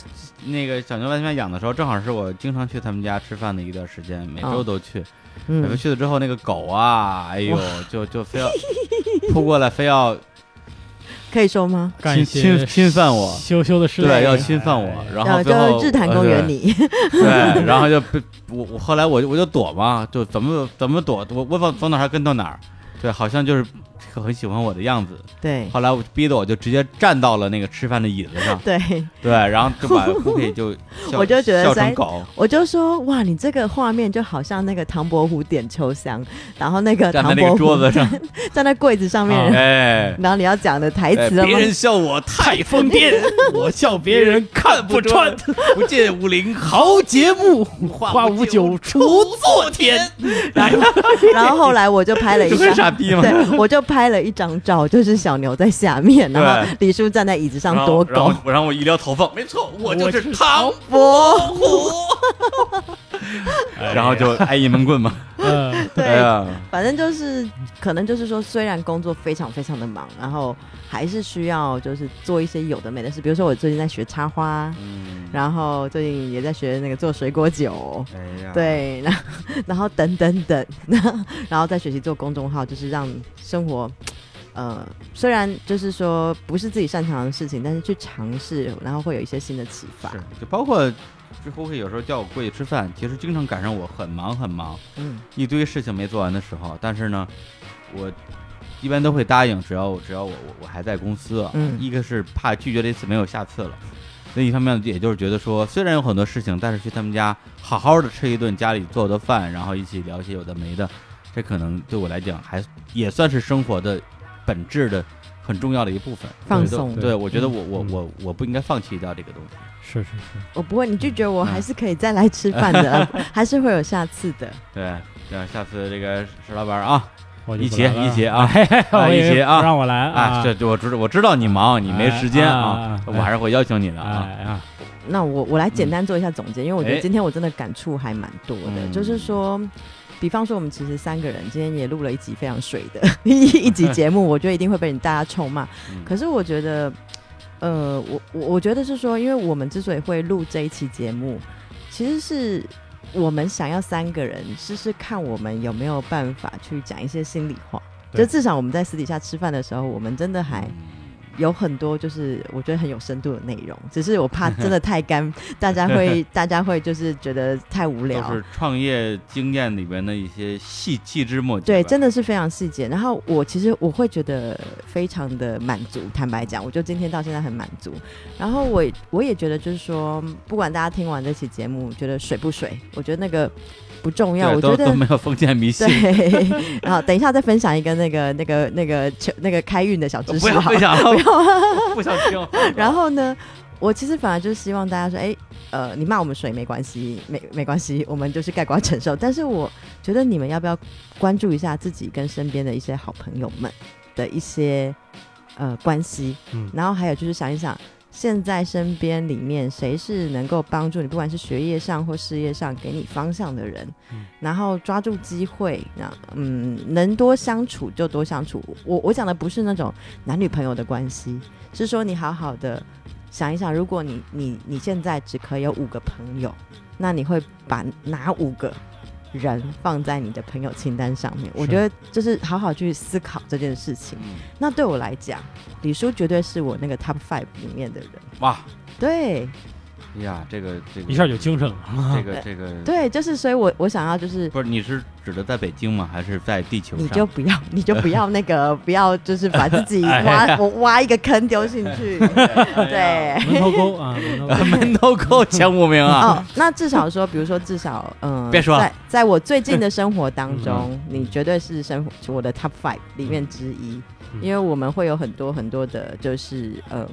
那个小牛在那边养的时候，正好是我经常去他们家吃饭的一段时间，每周哦都去。每周嗯，去了之后，那个狗啊，哎呦，就就非要扑过来，非 *laughs* 要可以说吗？干侵一些侵侵犯我羞羞的事情，哎对要侵犯我，然后呃最后呃就日坛公园里，对，对然后就被我我后来我就我就躲嘛，就怎么怎么躲，我我往走哪儿跟到哪儿，对，好像就是特很喜欢我的样子。对，后来我逼得我就直接站到了那个吃饭的椅子上 *laughs* 对，对，然后就 *laughs* 把胡可就笑我就觉得笑实在成狗，我就说哇，你这个画面就好像那个唐伯虎点秋香，然后那个站在呃唐那伯个虎桌子上，站在柜子上面，啊哎。然后你要讲的台哎词了别吗？人笑我太疯癫，我笑别人看不穿，不见武林好好节目花花无无九九出出错天。 *laughs* 然后后来我就拍了一这不 *laughs* 是傻张，逼吗？对，我就拍了一张照，就是小牛在下面，然后对李叔站在椅子上然多后，然狗后，我然后我一撩头发，没错，我就我是 *laughs* 是唐伯虎。然后就挨一闷棍嘛。哎嗯，对哎呀，反正就是，可能就是说，虽然工作非常非常的忙，然后还是需要就是做一些有的没的事，比如说我最近在学插花，嗯然后最近也在学那个做水果酒，哎呀，对，然后然后等等等， *laughs* 然后然后再学习做公众号，就是让生活，呃，虽然就是说不是自己擅长的事情，但是去尝试，然后会有一些新的启发是。就包括这胡黑有时候叫我过去吃饭，其实经常赶上我很忙很忙，嗯，一堆事情没做完的时候，但是呢，我。一般都会答应，只要我只要我我我还在公司啊，嗯一个是怕拒绝这次没有下次了，另一方面也就是觉得说，虽然有很多事情，但是去他们家好好的吃一顿家里做的饭，然后一起聊些有的没的，这可能对我来讲还也算是生活的本质的很重要的一部分。放我觉得松对我觉得我我嗯我我不应该放弃掉这个东西。是是是，我不会，你拒绝我还是可以再来吃饭的啊，还是会有下次的。对，那下次这个石老板啊我就一不起来了一 *laughs* 起啊我以一为起啊不让我来 *laughs* 啊，这这我知道我知道你忙，你没时间啊哎，哎我还是会邀请你的啊。哎啊，那我我来简单做一下总结，因为我觉哎得今天我真的感触还蛮多的，嗯就是说。比方说，我们其实三个人今天也录了一集非常水的 *laughs* 一一集节目，我觉得一定会被你大家臭骂。嗯可是我觉得，呃，我我我觉得是说，因为我们之所以会录这一期节目，其实是我们想要三个人试试看，我们有没有办法去讲一些心里话。对就至少我们在私底下吃饭的时候，我们真的还嗯有很多就是我觉得很有深度的内容，只是我怕 *laughs* 真的太干，大家会大家会就是觉得太无聊都。是创业经验里边的一些细细枝末节吧。对，真的是非常细节。然后我其实我会觉得非常的满足，坦白讲，我就今天到现在很满足。然后我也我也觉得就是说，不管大家听完这期节目觉得水不水，我觉得那个不重要。对我都觉都得没有封建迷信。对。 *laughs* 然后等一下再分享一个那个那个那个球那个开运的小 *laughs* 知识不要好分了， *laughs* 享了，不要。 *laughs* 不想听。 *laughs* 然后呢，我其实反而就是希望大家说，哎、呃，你骂我们水没关系，没没关系， *laughs* 我们就是盖棺承受。但是我觉得你们要不要关注一下自己跟身边的一些好朋友们的一些呃关系，嗯然后还有就是想一想。现在身边里面谁是能够帮助你，不管是学业上或事业上给你方向的人，嗯然后抓住机会，那嗯，能多相处就多相处。我我讲的不是那种男女朋友的关系，是说你好好的想一想，如果你你你现在只可以有五个朋友，那你会把哪五个人放在你的朋友清单上面？我是觉得就是好好去思考这件事情。嗯那对我来讲，李叔绝对是我那个 top five 里面的人。哇，对哎呀，这个这个一下有精神了，这个这个，对，就是所以我，我想要就是。不是你是指的在北京吗？还是在地球上？你就不要，你就不要那个，不要就是把 *laughs* 自己哎挖我挖一个坑丢进去，对。门头 *laughs* 沟啊，门头沟门头沟前五名啊！哦，那至少说，比如说，至少，嗯、别说了嗯在在我最近的生活当中，你绝对是生活我的 top five 里面之一，嗯因为我们会有很多很多的，就是呃，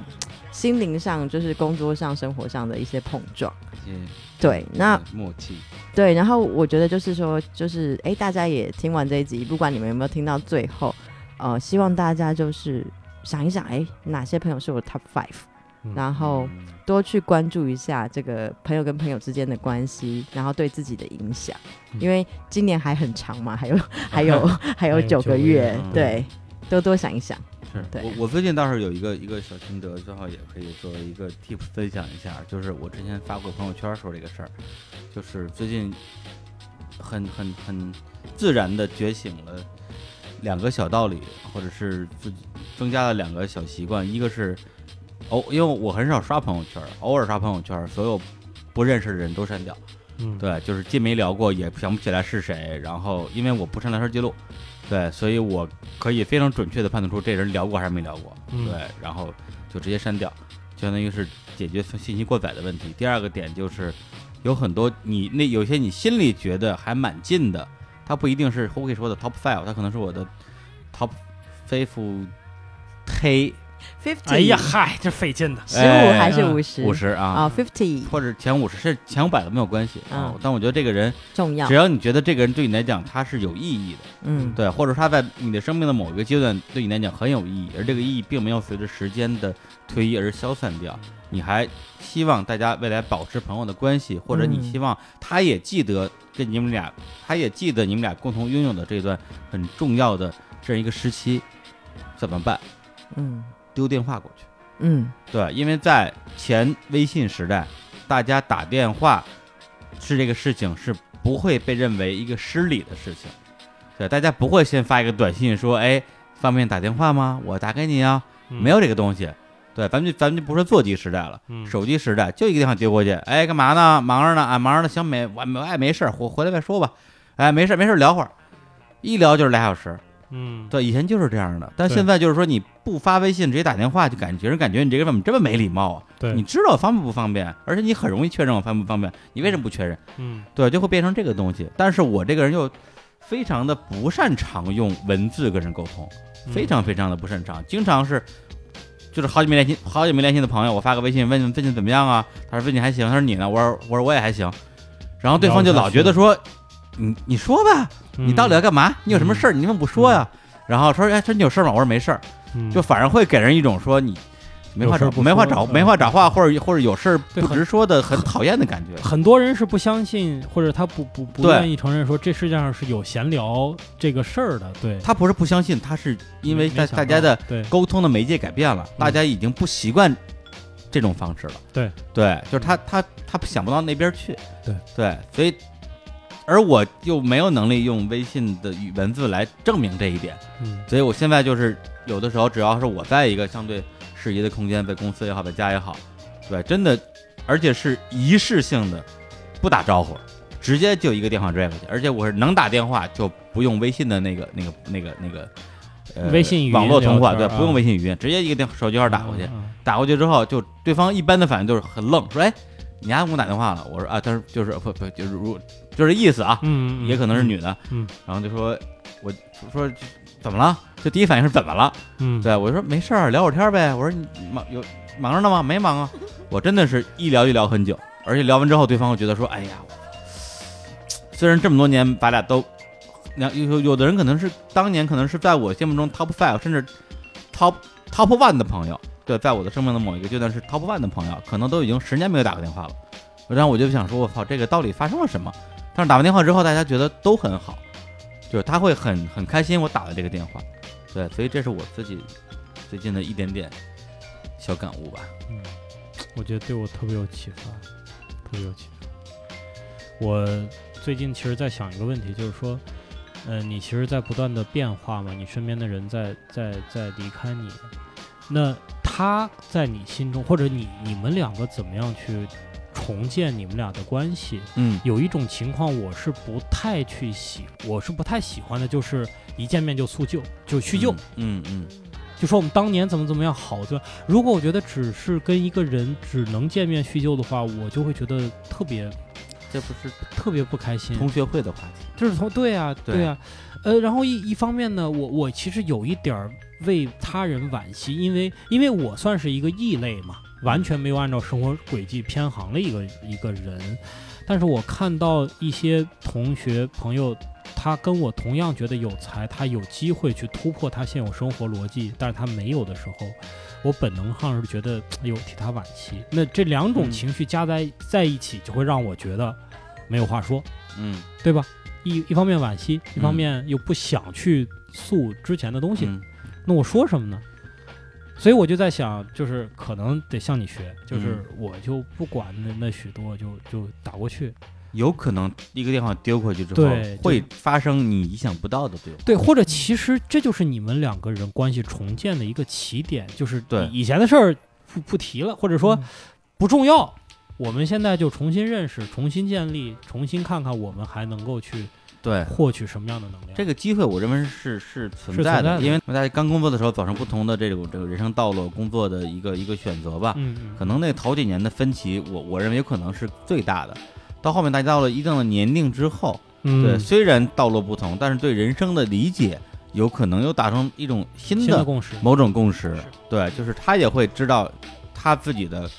心灵上，就是工作上、生活上的一些碰撞。嗯对，那默契，对，然后我觉得就是说，就是哎，大家也听完这一集，不管你们有没有听到最后，呃，希望大家就是想一想，哎，哪些朋友是我的 top five，、嗯然后。多去关注一下这个朋友跟朋友之间的关系，然后对自己的影响，嗯因为今年还很长嘛，还有还有还有还有九九个个月月，嗯对，多多想一想。是对我我最近倒是有一个一个小心得，正好也可以作为一个 tip 分享一下，就是我之前发过朋友圈说这个事儿，就是最近很很很自然的觉醒了两个小道理，或者是自己增加了两个小习惯，一个是偶，因为我很少刷朋友圈，偶尔刷朋友圈，所有不认识的人都删掉。嗯，对，就是既没聊过，也想不起来是谁。然后因为我不删聊天记录，对，所以我可以非常准确的判断出这人聊过还是没聊过，嗯对，然后就直接删掉，就相当于是解决信息过载的问题。第二个点就是，有很多你那有些你心里觉得还蛮近的，它不一定是 Hoki 说的 Top Five，它可能是我的 Top Five T fifty，哎呀，嗨，这费劲的，十五还是哎五十？五十啊，哦啊，fifty 或者前五十，甚至前五百都没有关系啊。嗯但我觉得这个人，重要只。要你觉得这个人对你来讲他是有意义的。嗯，对，或者他在你的生命的某一个阶段对你来讲很有意义，而这个意义并没有随着时间的推移而消散掉。你还希望大家未来保持朋友的关系，或者你嗯希望他也记得跟你们俩，他也记得你们俩共同拥有的这段很重要的这样一个时期，怎么办？嗯丢电话过去。嗯，对，因为在前微信时代，大家打电话是这个事情是不会被认为一个失礼的事情。对，大家不会先发一个短信说：“哎，方便打电话吗？我打给你啊。”没有这个东西。对，咱们就咱们就不说座机时代了，嗯手机时代就一个电话丢过去。哎，干嘛呢？忙着呢啊，忙着呢。行，没我没哎没事儿，回回来再说吧。哎，没事儿没事儿聊会儿，一聊就是俩小时。嗯，对，以前就是这样的，但对现在就是说你不发微信，直接打电话，就感觉人感觉你这个人怎么这么没礼貌啊？对，你知道我方不不方便，而且你很容易确认我方不方便，你为什么不确认？嗯对，就会变成这个东西。但是我这个人又非常的不擅长用文字跟人沟通，嗯非常非常的不擅长，经常是。就是好久没联系，好久没联系的朋友，我发个微信问问最近怎么样啊？他说最近还行，他说你呢？我说我说我也还行，然后对方就老觉得说，你你说吧，嗯你到底要干嘛？你有什么事儿？你怎么不说呀？然后他说：“哎，说你有事儿吗？”我说：“没事儿。”嗯就反而会给人一种说你没话有事找儿、不说没话找、嗯没话找话，或者或者有事儿对不直说的很讨厌的感觉。很多人是不相信，或者他不不不对愿意承认说这世界上是有闲聊这个事儿的，对，他不是不相信，他是因为没大没想大家到的对沟通的媒介改变了，大家已经不习惯这种方式了。嗯对对，就是他他他想不到那边去。对对，所以而我又没有能力用微信的语文字来证明这一点。嗯所以我现在就是有的时候，只要是我在一个相对适宜的空间，在公司也好，在家也好，对，真的，而且是仪式性的，不打招呼，直接就一个电话拽过去，而且我是能打电话就不用微信的那个 *laughs* 那个那个那个。呃，微信语音网络通话聊天对，儿不用微信语音，直接一个电手机号打过去，打过去之后，就对方一般的反应就是很愣，说：“哎，你还给我打电话了？”我说：“啊，但是就是不不就是如就是这意思啊，嗯，嗯也可能是，女的。”嗯，然后就说：“我说怎么了？”就第一反应是怎么了？嗯，对，我就说没事儿，聊会儿天儿呗。我说你忙有忙着呢吗？没忙啊。我真的是一聊就聊很久，而且聊完之后，对方会觉得说，哎呀，我虽然这么多年咱俩都，那有有有的人可能是当年可能是在我心目中 top five 甚至 top top one 的朋友，对，在我的生命的某一个阶段是 top one 的朋友，可能都已经十年没有打过电话了。然后我就想说，我操，这个到底发生了什么？但是打完电话之后，大家觉得都很好，就是他会很很开心我打了这个电话，对，所以这是我自己最近的一点点小感悟吧。嗯，我觉得对我特别有启发，特别有启发。我最近其实在想一个问题，就是说，呃，你其实，在不断的变化嘛，你身边的人在在在离开你，那他在你心中，或者你你们两个怎么样去重建你们俩的关系？嗯有一种情况我是不太去喜，我是不太喜欢的，就是一见面就诉旧，就叙旧。，嗯嗯就说我们当年怎么怎么样好，对吧？如果我觉得只是跟一个人只能见面叙旧的话，我就会觉得特别嗯，这不是特别不开心。同学会的话题。就是从对啊，对对啊，呃，然后一一方面呢，我我其实有一点儿为他人惋惜，因为因为我算是一个异类嘛，完全没有按照生活轨迹偏航的一个一个人，但是我看到一些同学朋友。他跟我同样觉得有才，他有机会去突破他现有生活逻辑，但是他没有的时候，我本能上是觉得，哎呦，替他惋惜。那这两种嗯情绪加在在一起，就会让我觉得没有话说。嗯，对吧？一一方面惋惜，一方嗯面又不想去诉之前的东西，嗯那我说什么呢？所以我就在想，就是可能得向你学，就是嗯我就不管那那许多，就就打过去，有可能一个电话丢过去之后对，会发生你意想不到的对话。对，或者其实这就是你们两个人关系重建的一个起点，就是对嗯以以前的事儿不不提了，或者说不重要，我们现在就重新认识，重新建立，重新看看我们还能够去对。获取什么样的能量。这个机会，我认为是是存在是存在的，的因为大家刚工作的时候走上不同的这种这个人生道路、工作的一个一个选择吧。嗯可能那头几年的分歧，我我认为有可能是最大的。到后面大家到了一定的年龄之后，嗯，对，嗯虽然道路不同，但是对人生的理解有可能又达成一种新新的的共识，某种共识是。对，就是他也会知道他自己的，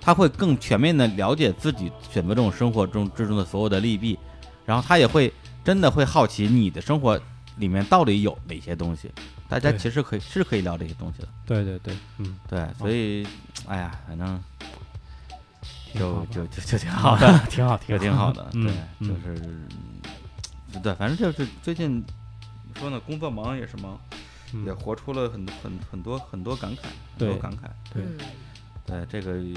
他会更全面的了解自己选择这种生活中之中的所有的利弊，然后他也会真的会好奇你的生活里面到底有哪些东西。大家对其实可以是可以聊这些东西的，对对对，嗯，对，所以，哎呀，反正挺好就的就就就挺好的，， *laughs* 挺好，挺也好，挺 *laughs* 好的，嗯对，嗯就是，嗯对，反正就是最近怎么说呢，工作忙也是忙，嗯也活出了很多很很多很多感慨，很多对感慨。对嗯对这个，嗯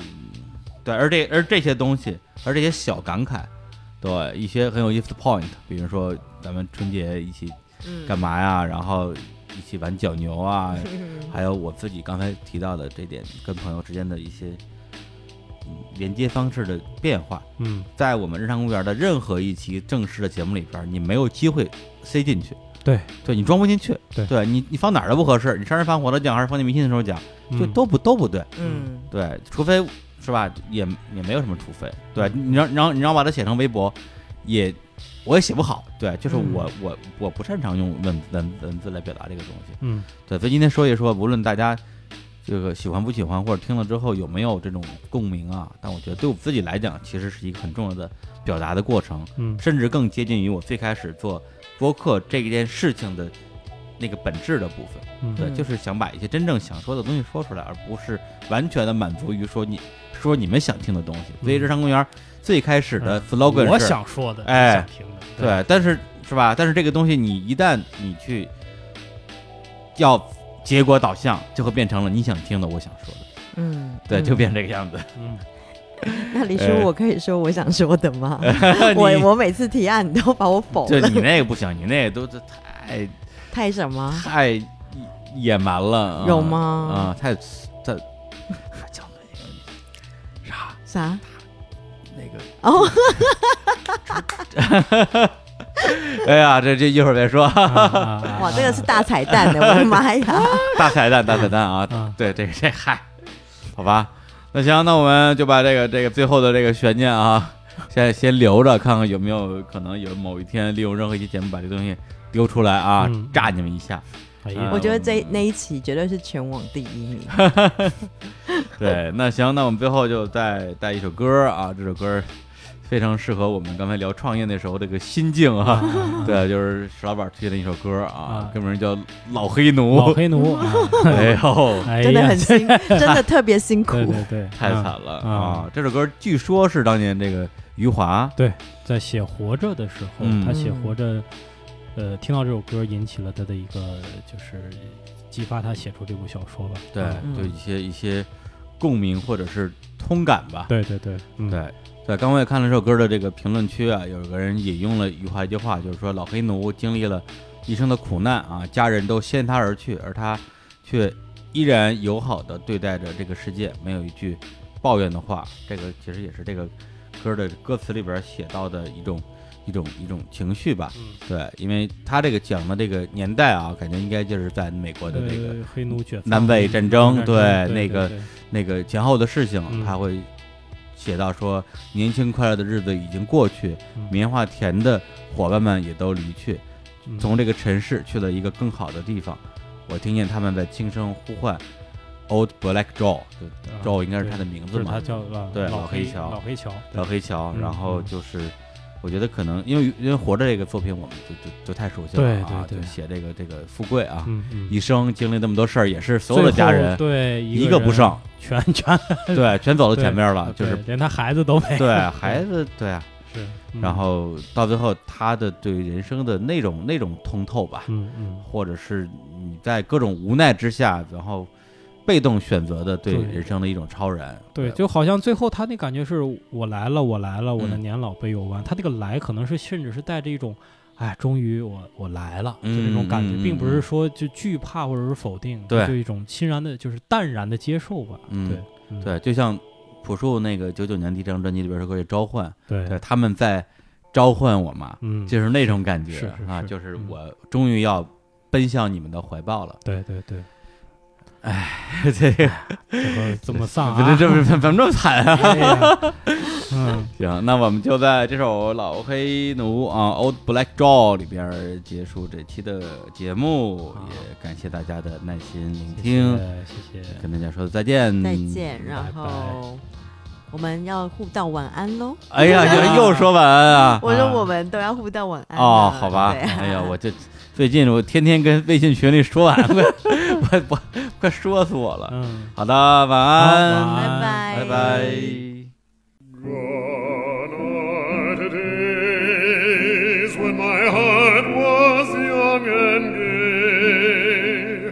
对，而这而这些东西，而这些小感慨，对一些很有意思的 point，比如说咱们春节一起嗯干嘛呀，然后一起玩脚牛啊，嗯还有我自己刚才提到的这点，跟朋友之间的一些嗯连接方式的变化，嗯，在我们日常公园的任何一期正式的节目里边，你没有机会塞进去。对，对你装不进去。对你你放哪儿都不合适，你杀人放火的讲还是放进迷信的时候讲，就嗯都不都不对。嗯对，除非是吧，也也没有什么除非。对你让你让你让我把它写成微博，也我也写不好。对，就是嗯我、我我不擅长用文文文字来表达这个东西。嗯，对，所以今天说一说，无论大家这个喜欢不喜欢，或者听了之后有没有这种共鸣啊，但我觉得对我自己来讲，其实是一个很重要的表达的过程，嗯甚至更接近于我最开始做播客这件事情的那个本质的部分。嗯，对，就是想把一些真正想说的东西说出来，而不是完全的满足于说你说你们想听的东西。所以嗯日常公园最开始的 slogan 是、我想说的，哎你想听的，对，对，但是是吧？但是这个东西你一旦你去要结果导向，就会变成了你想听的，我想说的，嗯，对，就嗯变成这个样子。 *laughs* 嗯，那李叔呃，我可以说我想说的吗？你 *laughs* *laughs* 我我每次提案你都把我否 *laughs* 就了，你那个不行，你那个都都太太什么？太野蛮了，啊有吗啊，太太还叫那个啥啥？那个。哦，哎呀，这这一会儿再说， *laughs* 啊 *laughs* 哇，哇这个是大彩蛋呢！我的妈呀！大彩蛋，大彩蛋啊 *laughs* 嗯！对，这个这嗨，好吧，那行，那我们就把这个这个最后的这个悬念啊，先先留着，看看有没有可能有某一天利用任何一期节目把这东西丢出来啊嗯，炸你们一 *laughs* 下。哎嗯呀我觉得这那一期绝对是全网第一名。对，那行，那我们最后就再带一首歌啊，这首歌非常适合我们刚才聊创业那时候这个心境啊。对，就是石老板推荐的一首歌啊啊，歌名叫《老黑奴老》。黑奴，啊 *laughs* 哎呦，哎 *laughs* 呀真的很 *laughs* 辛，真的特别辛苦。对对对，太惨嗯。了嗯啊！这首歌据说是当年这个余华，在写《活着》的时候嗯，他写《活着》，呃，听到这首歌引起了他的一个，就是激发他写出这部小说吧。对嗯，就一些一些共鸣或者是通感吧。对对对，嗯，对对，刚我也看了这首歌的这个评论区啊，有个人引用了余华一句话，就是说老黑奴经历了一生的苦难啊，家人都先他而去，而他却依然友好的对待着这个世界，没有一句抱怨的话。这个其实也是这个歌的歌词里边写到的一种一种一种情绪吧。嗯，对，因为他这个讲的这个年代啊，感觉应该就是在美国的这个、呃黑奴卷发南北战争对那个对那个前后的事情，嗯他会写到说，年轻快乐的日子已经过去，嗯棉花田的伙伴们也都离去，嗯从这个城市去了一个更好的地方。我听见他们在轻声呼唤，Old Black Joe，就啊 Joe 应该是对他的名字就是嘛他，叫老对老老黑黑桥老黑桥，老黑桥。嗯然后嗯就是，我觉得可能因为因为活着这个作品，我们就就就太熟悉了啊，对对对就写这个这个富贵啊，嗯嗯，一生经历那么多事儿，也是所有的家最后人对一个个不人 *laughs* 剩，全全对，全走到前面了，就对是连他孩子都没对了孩子，对啊，是，哎嗯然后到最后他的对人生的那种那种通透吧，嗯嗯，或者是你在各种无奈之下，然后被动选择的对对人生的一种超然，对，就好像最后他那感觉是我来了，我来了，我的嗯年老被我完，他这个来可能是甚至是带着一种。哎，终于我我来了，就嗯这种感觉，嗯嗯并嗯不是说就惧怕或者是否定，对就一种欣然的，就是淡然的接受吧。嗯对嗯对，就像朴树那个九九年第一张专辑里边的歌也召唤》，对对，他们在召唤我吗？嗯，就是那种感觉是是啊，是就是嗯我终于要奔向你们的怀抱 *laughs* 了。对对 *laughs* 对，这个这会儿这么丧 *laughs* 不是啊？这不是怎么这么惨啊？哎呀嗯，行，那我们就在这首《老黑奴》啊，《Old Black Jaw》里边儿结束这期的节目，啊也感谢大家的耐心聆谢听，谢谢谢，跟大家说再见， *laughs* 再见，然拜后我们要互道晚安喽。哎呀， *laughs* 又又说晚安啊！我说我们都要互道晚安哦，了好吧，对哎呀，我这最近我天天跟微信群里说晚安， *laughs* 快快快快说死我了。嗯，好的，晚安，好晚安拜拜拜 Gone are the days when my heart was young and gay.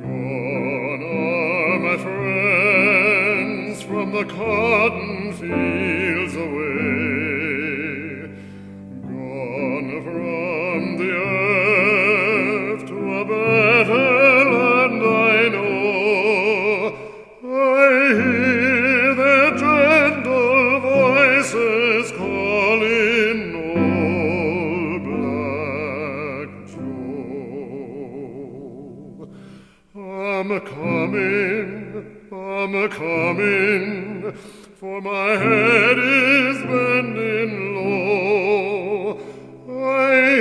Gone are my friends from the cotton fields away. Gone from the earth to a better land I know. I hear their gentle voices calling old Black Joe. I'm a coming, I'm a coming, for my head is bending low. I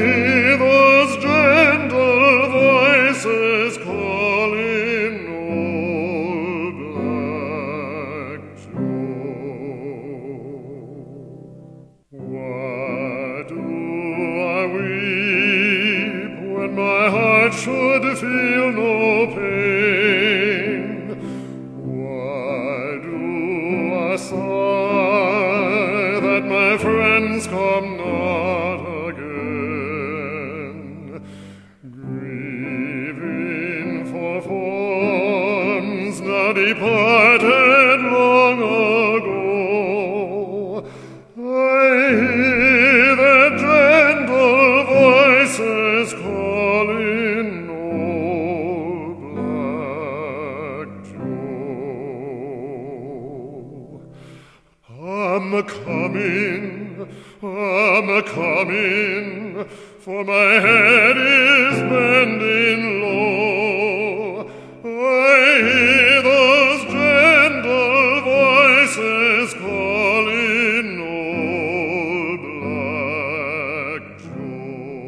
hear those gentle voices calling old Black Joe. Why do I weep when my heart should feel no pain? Why do I sigh that my friends come not again? Grieving for forms now departed long ago. I hear their gentle voices calling old Black Joe. I'm a coming, I'm a coming, for my head is bending low. I hear those gentle voices calling old Black Joe.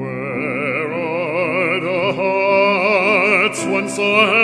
Where are the hearts once I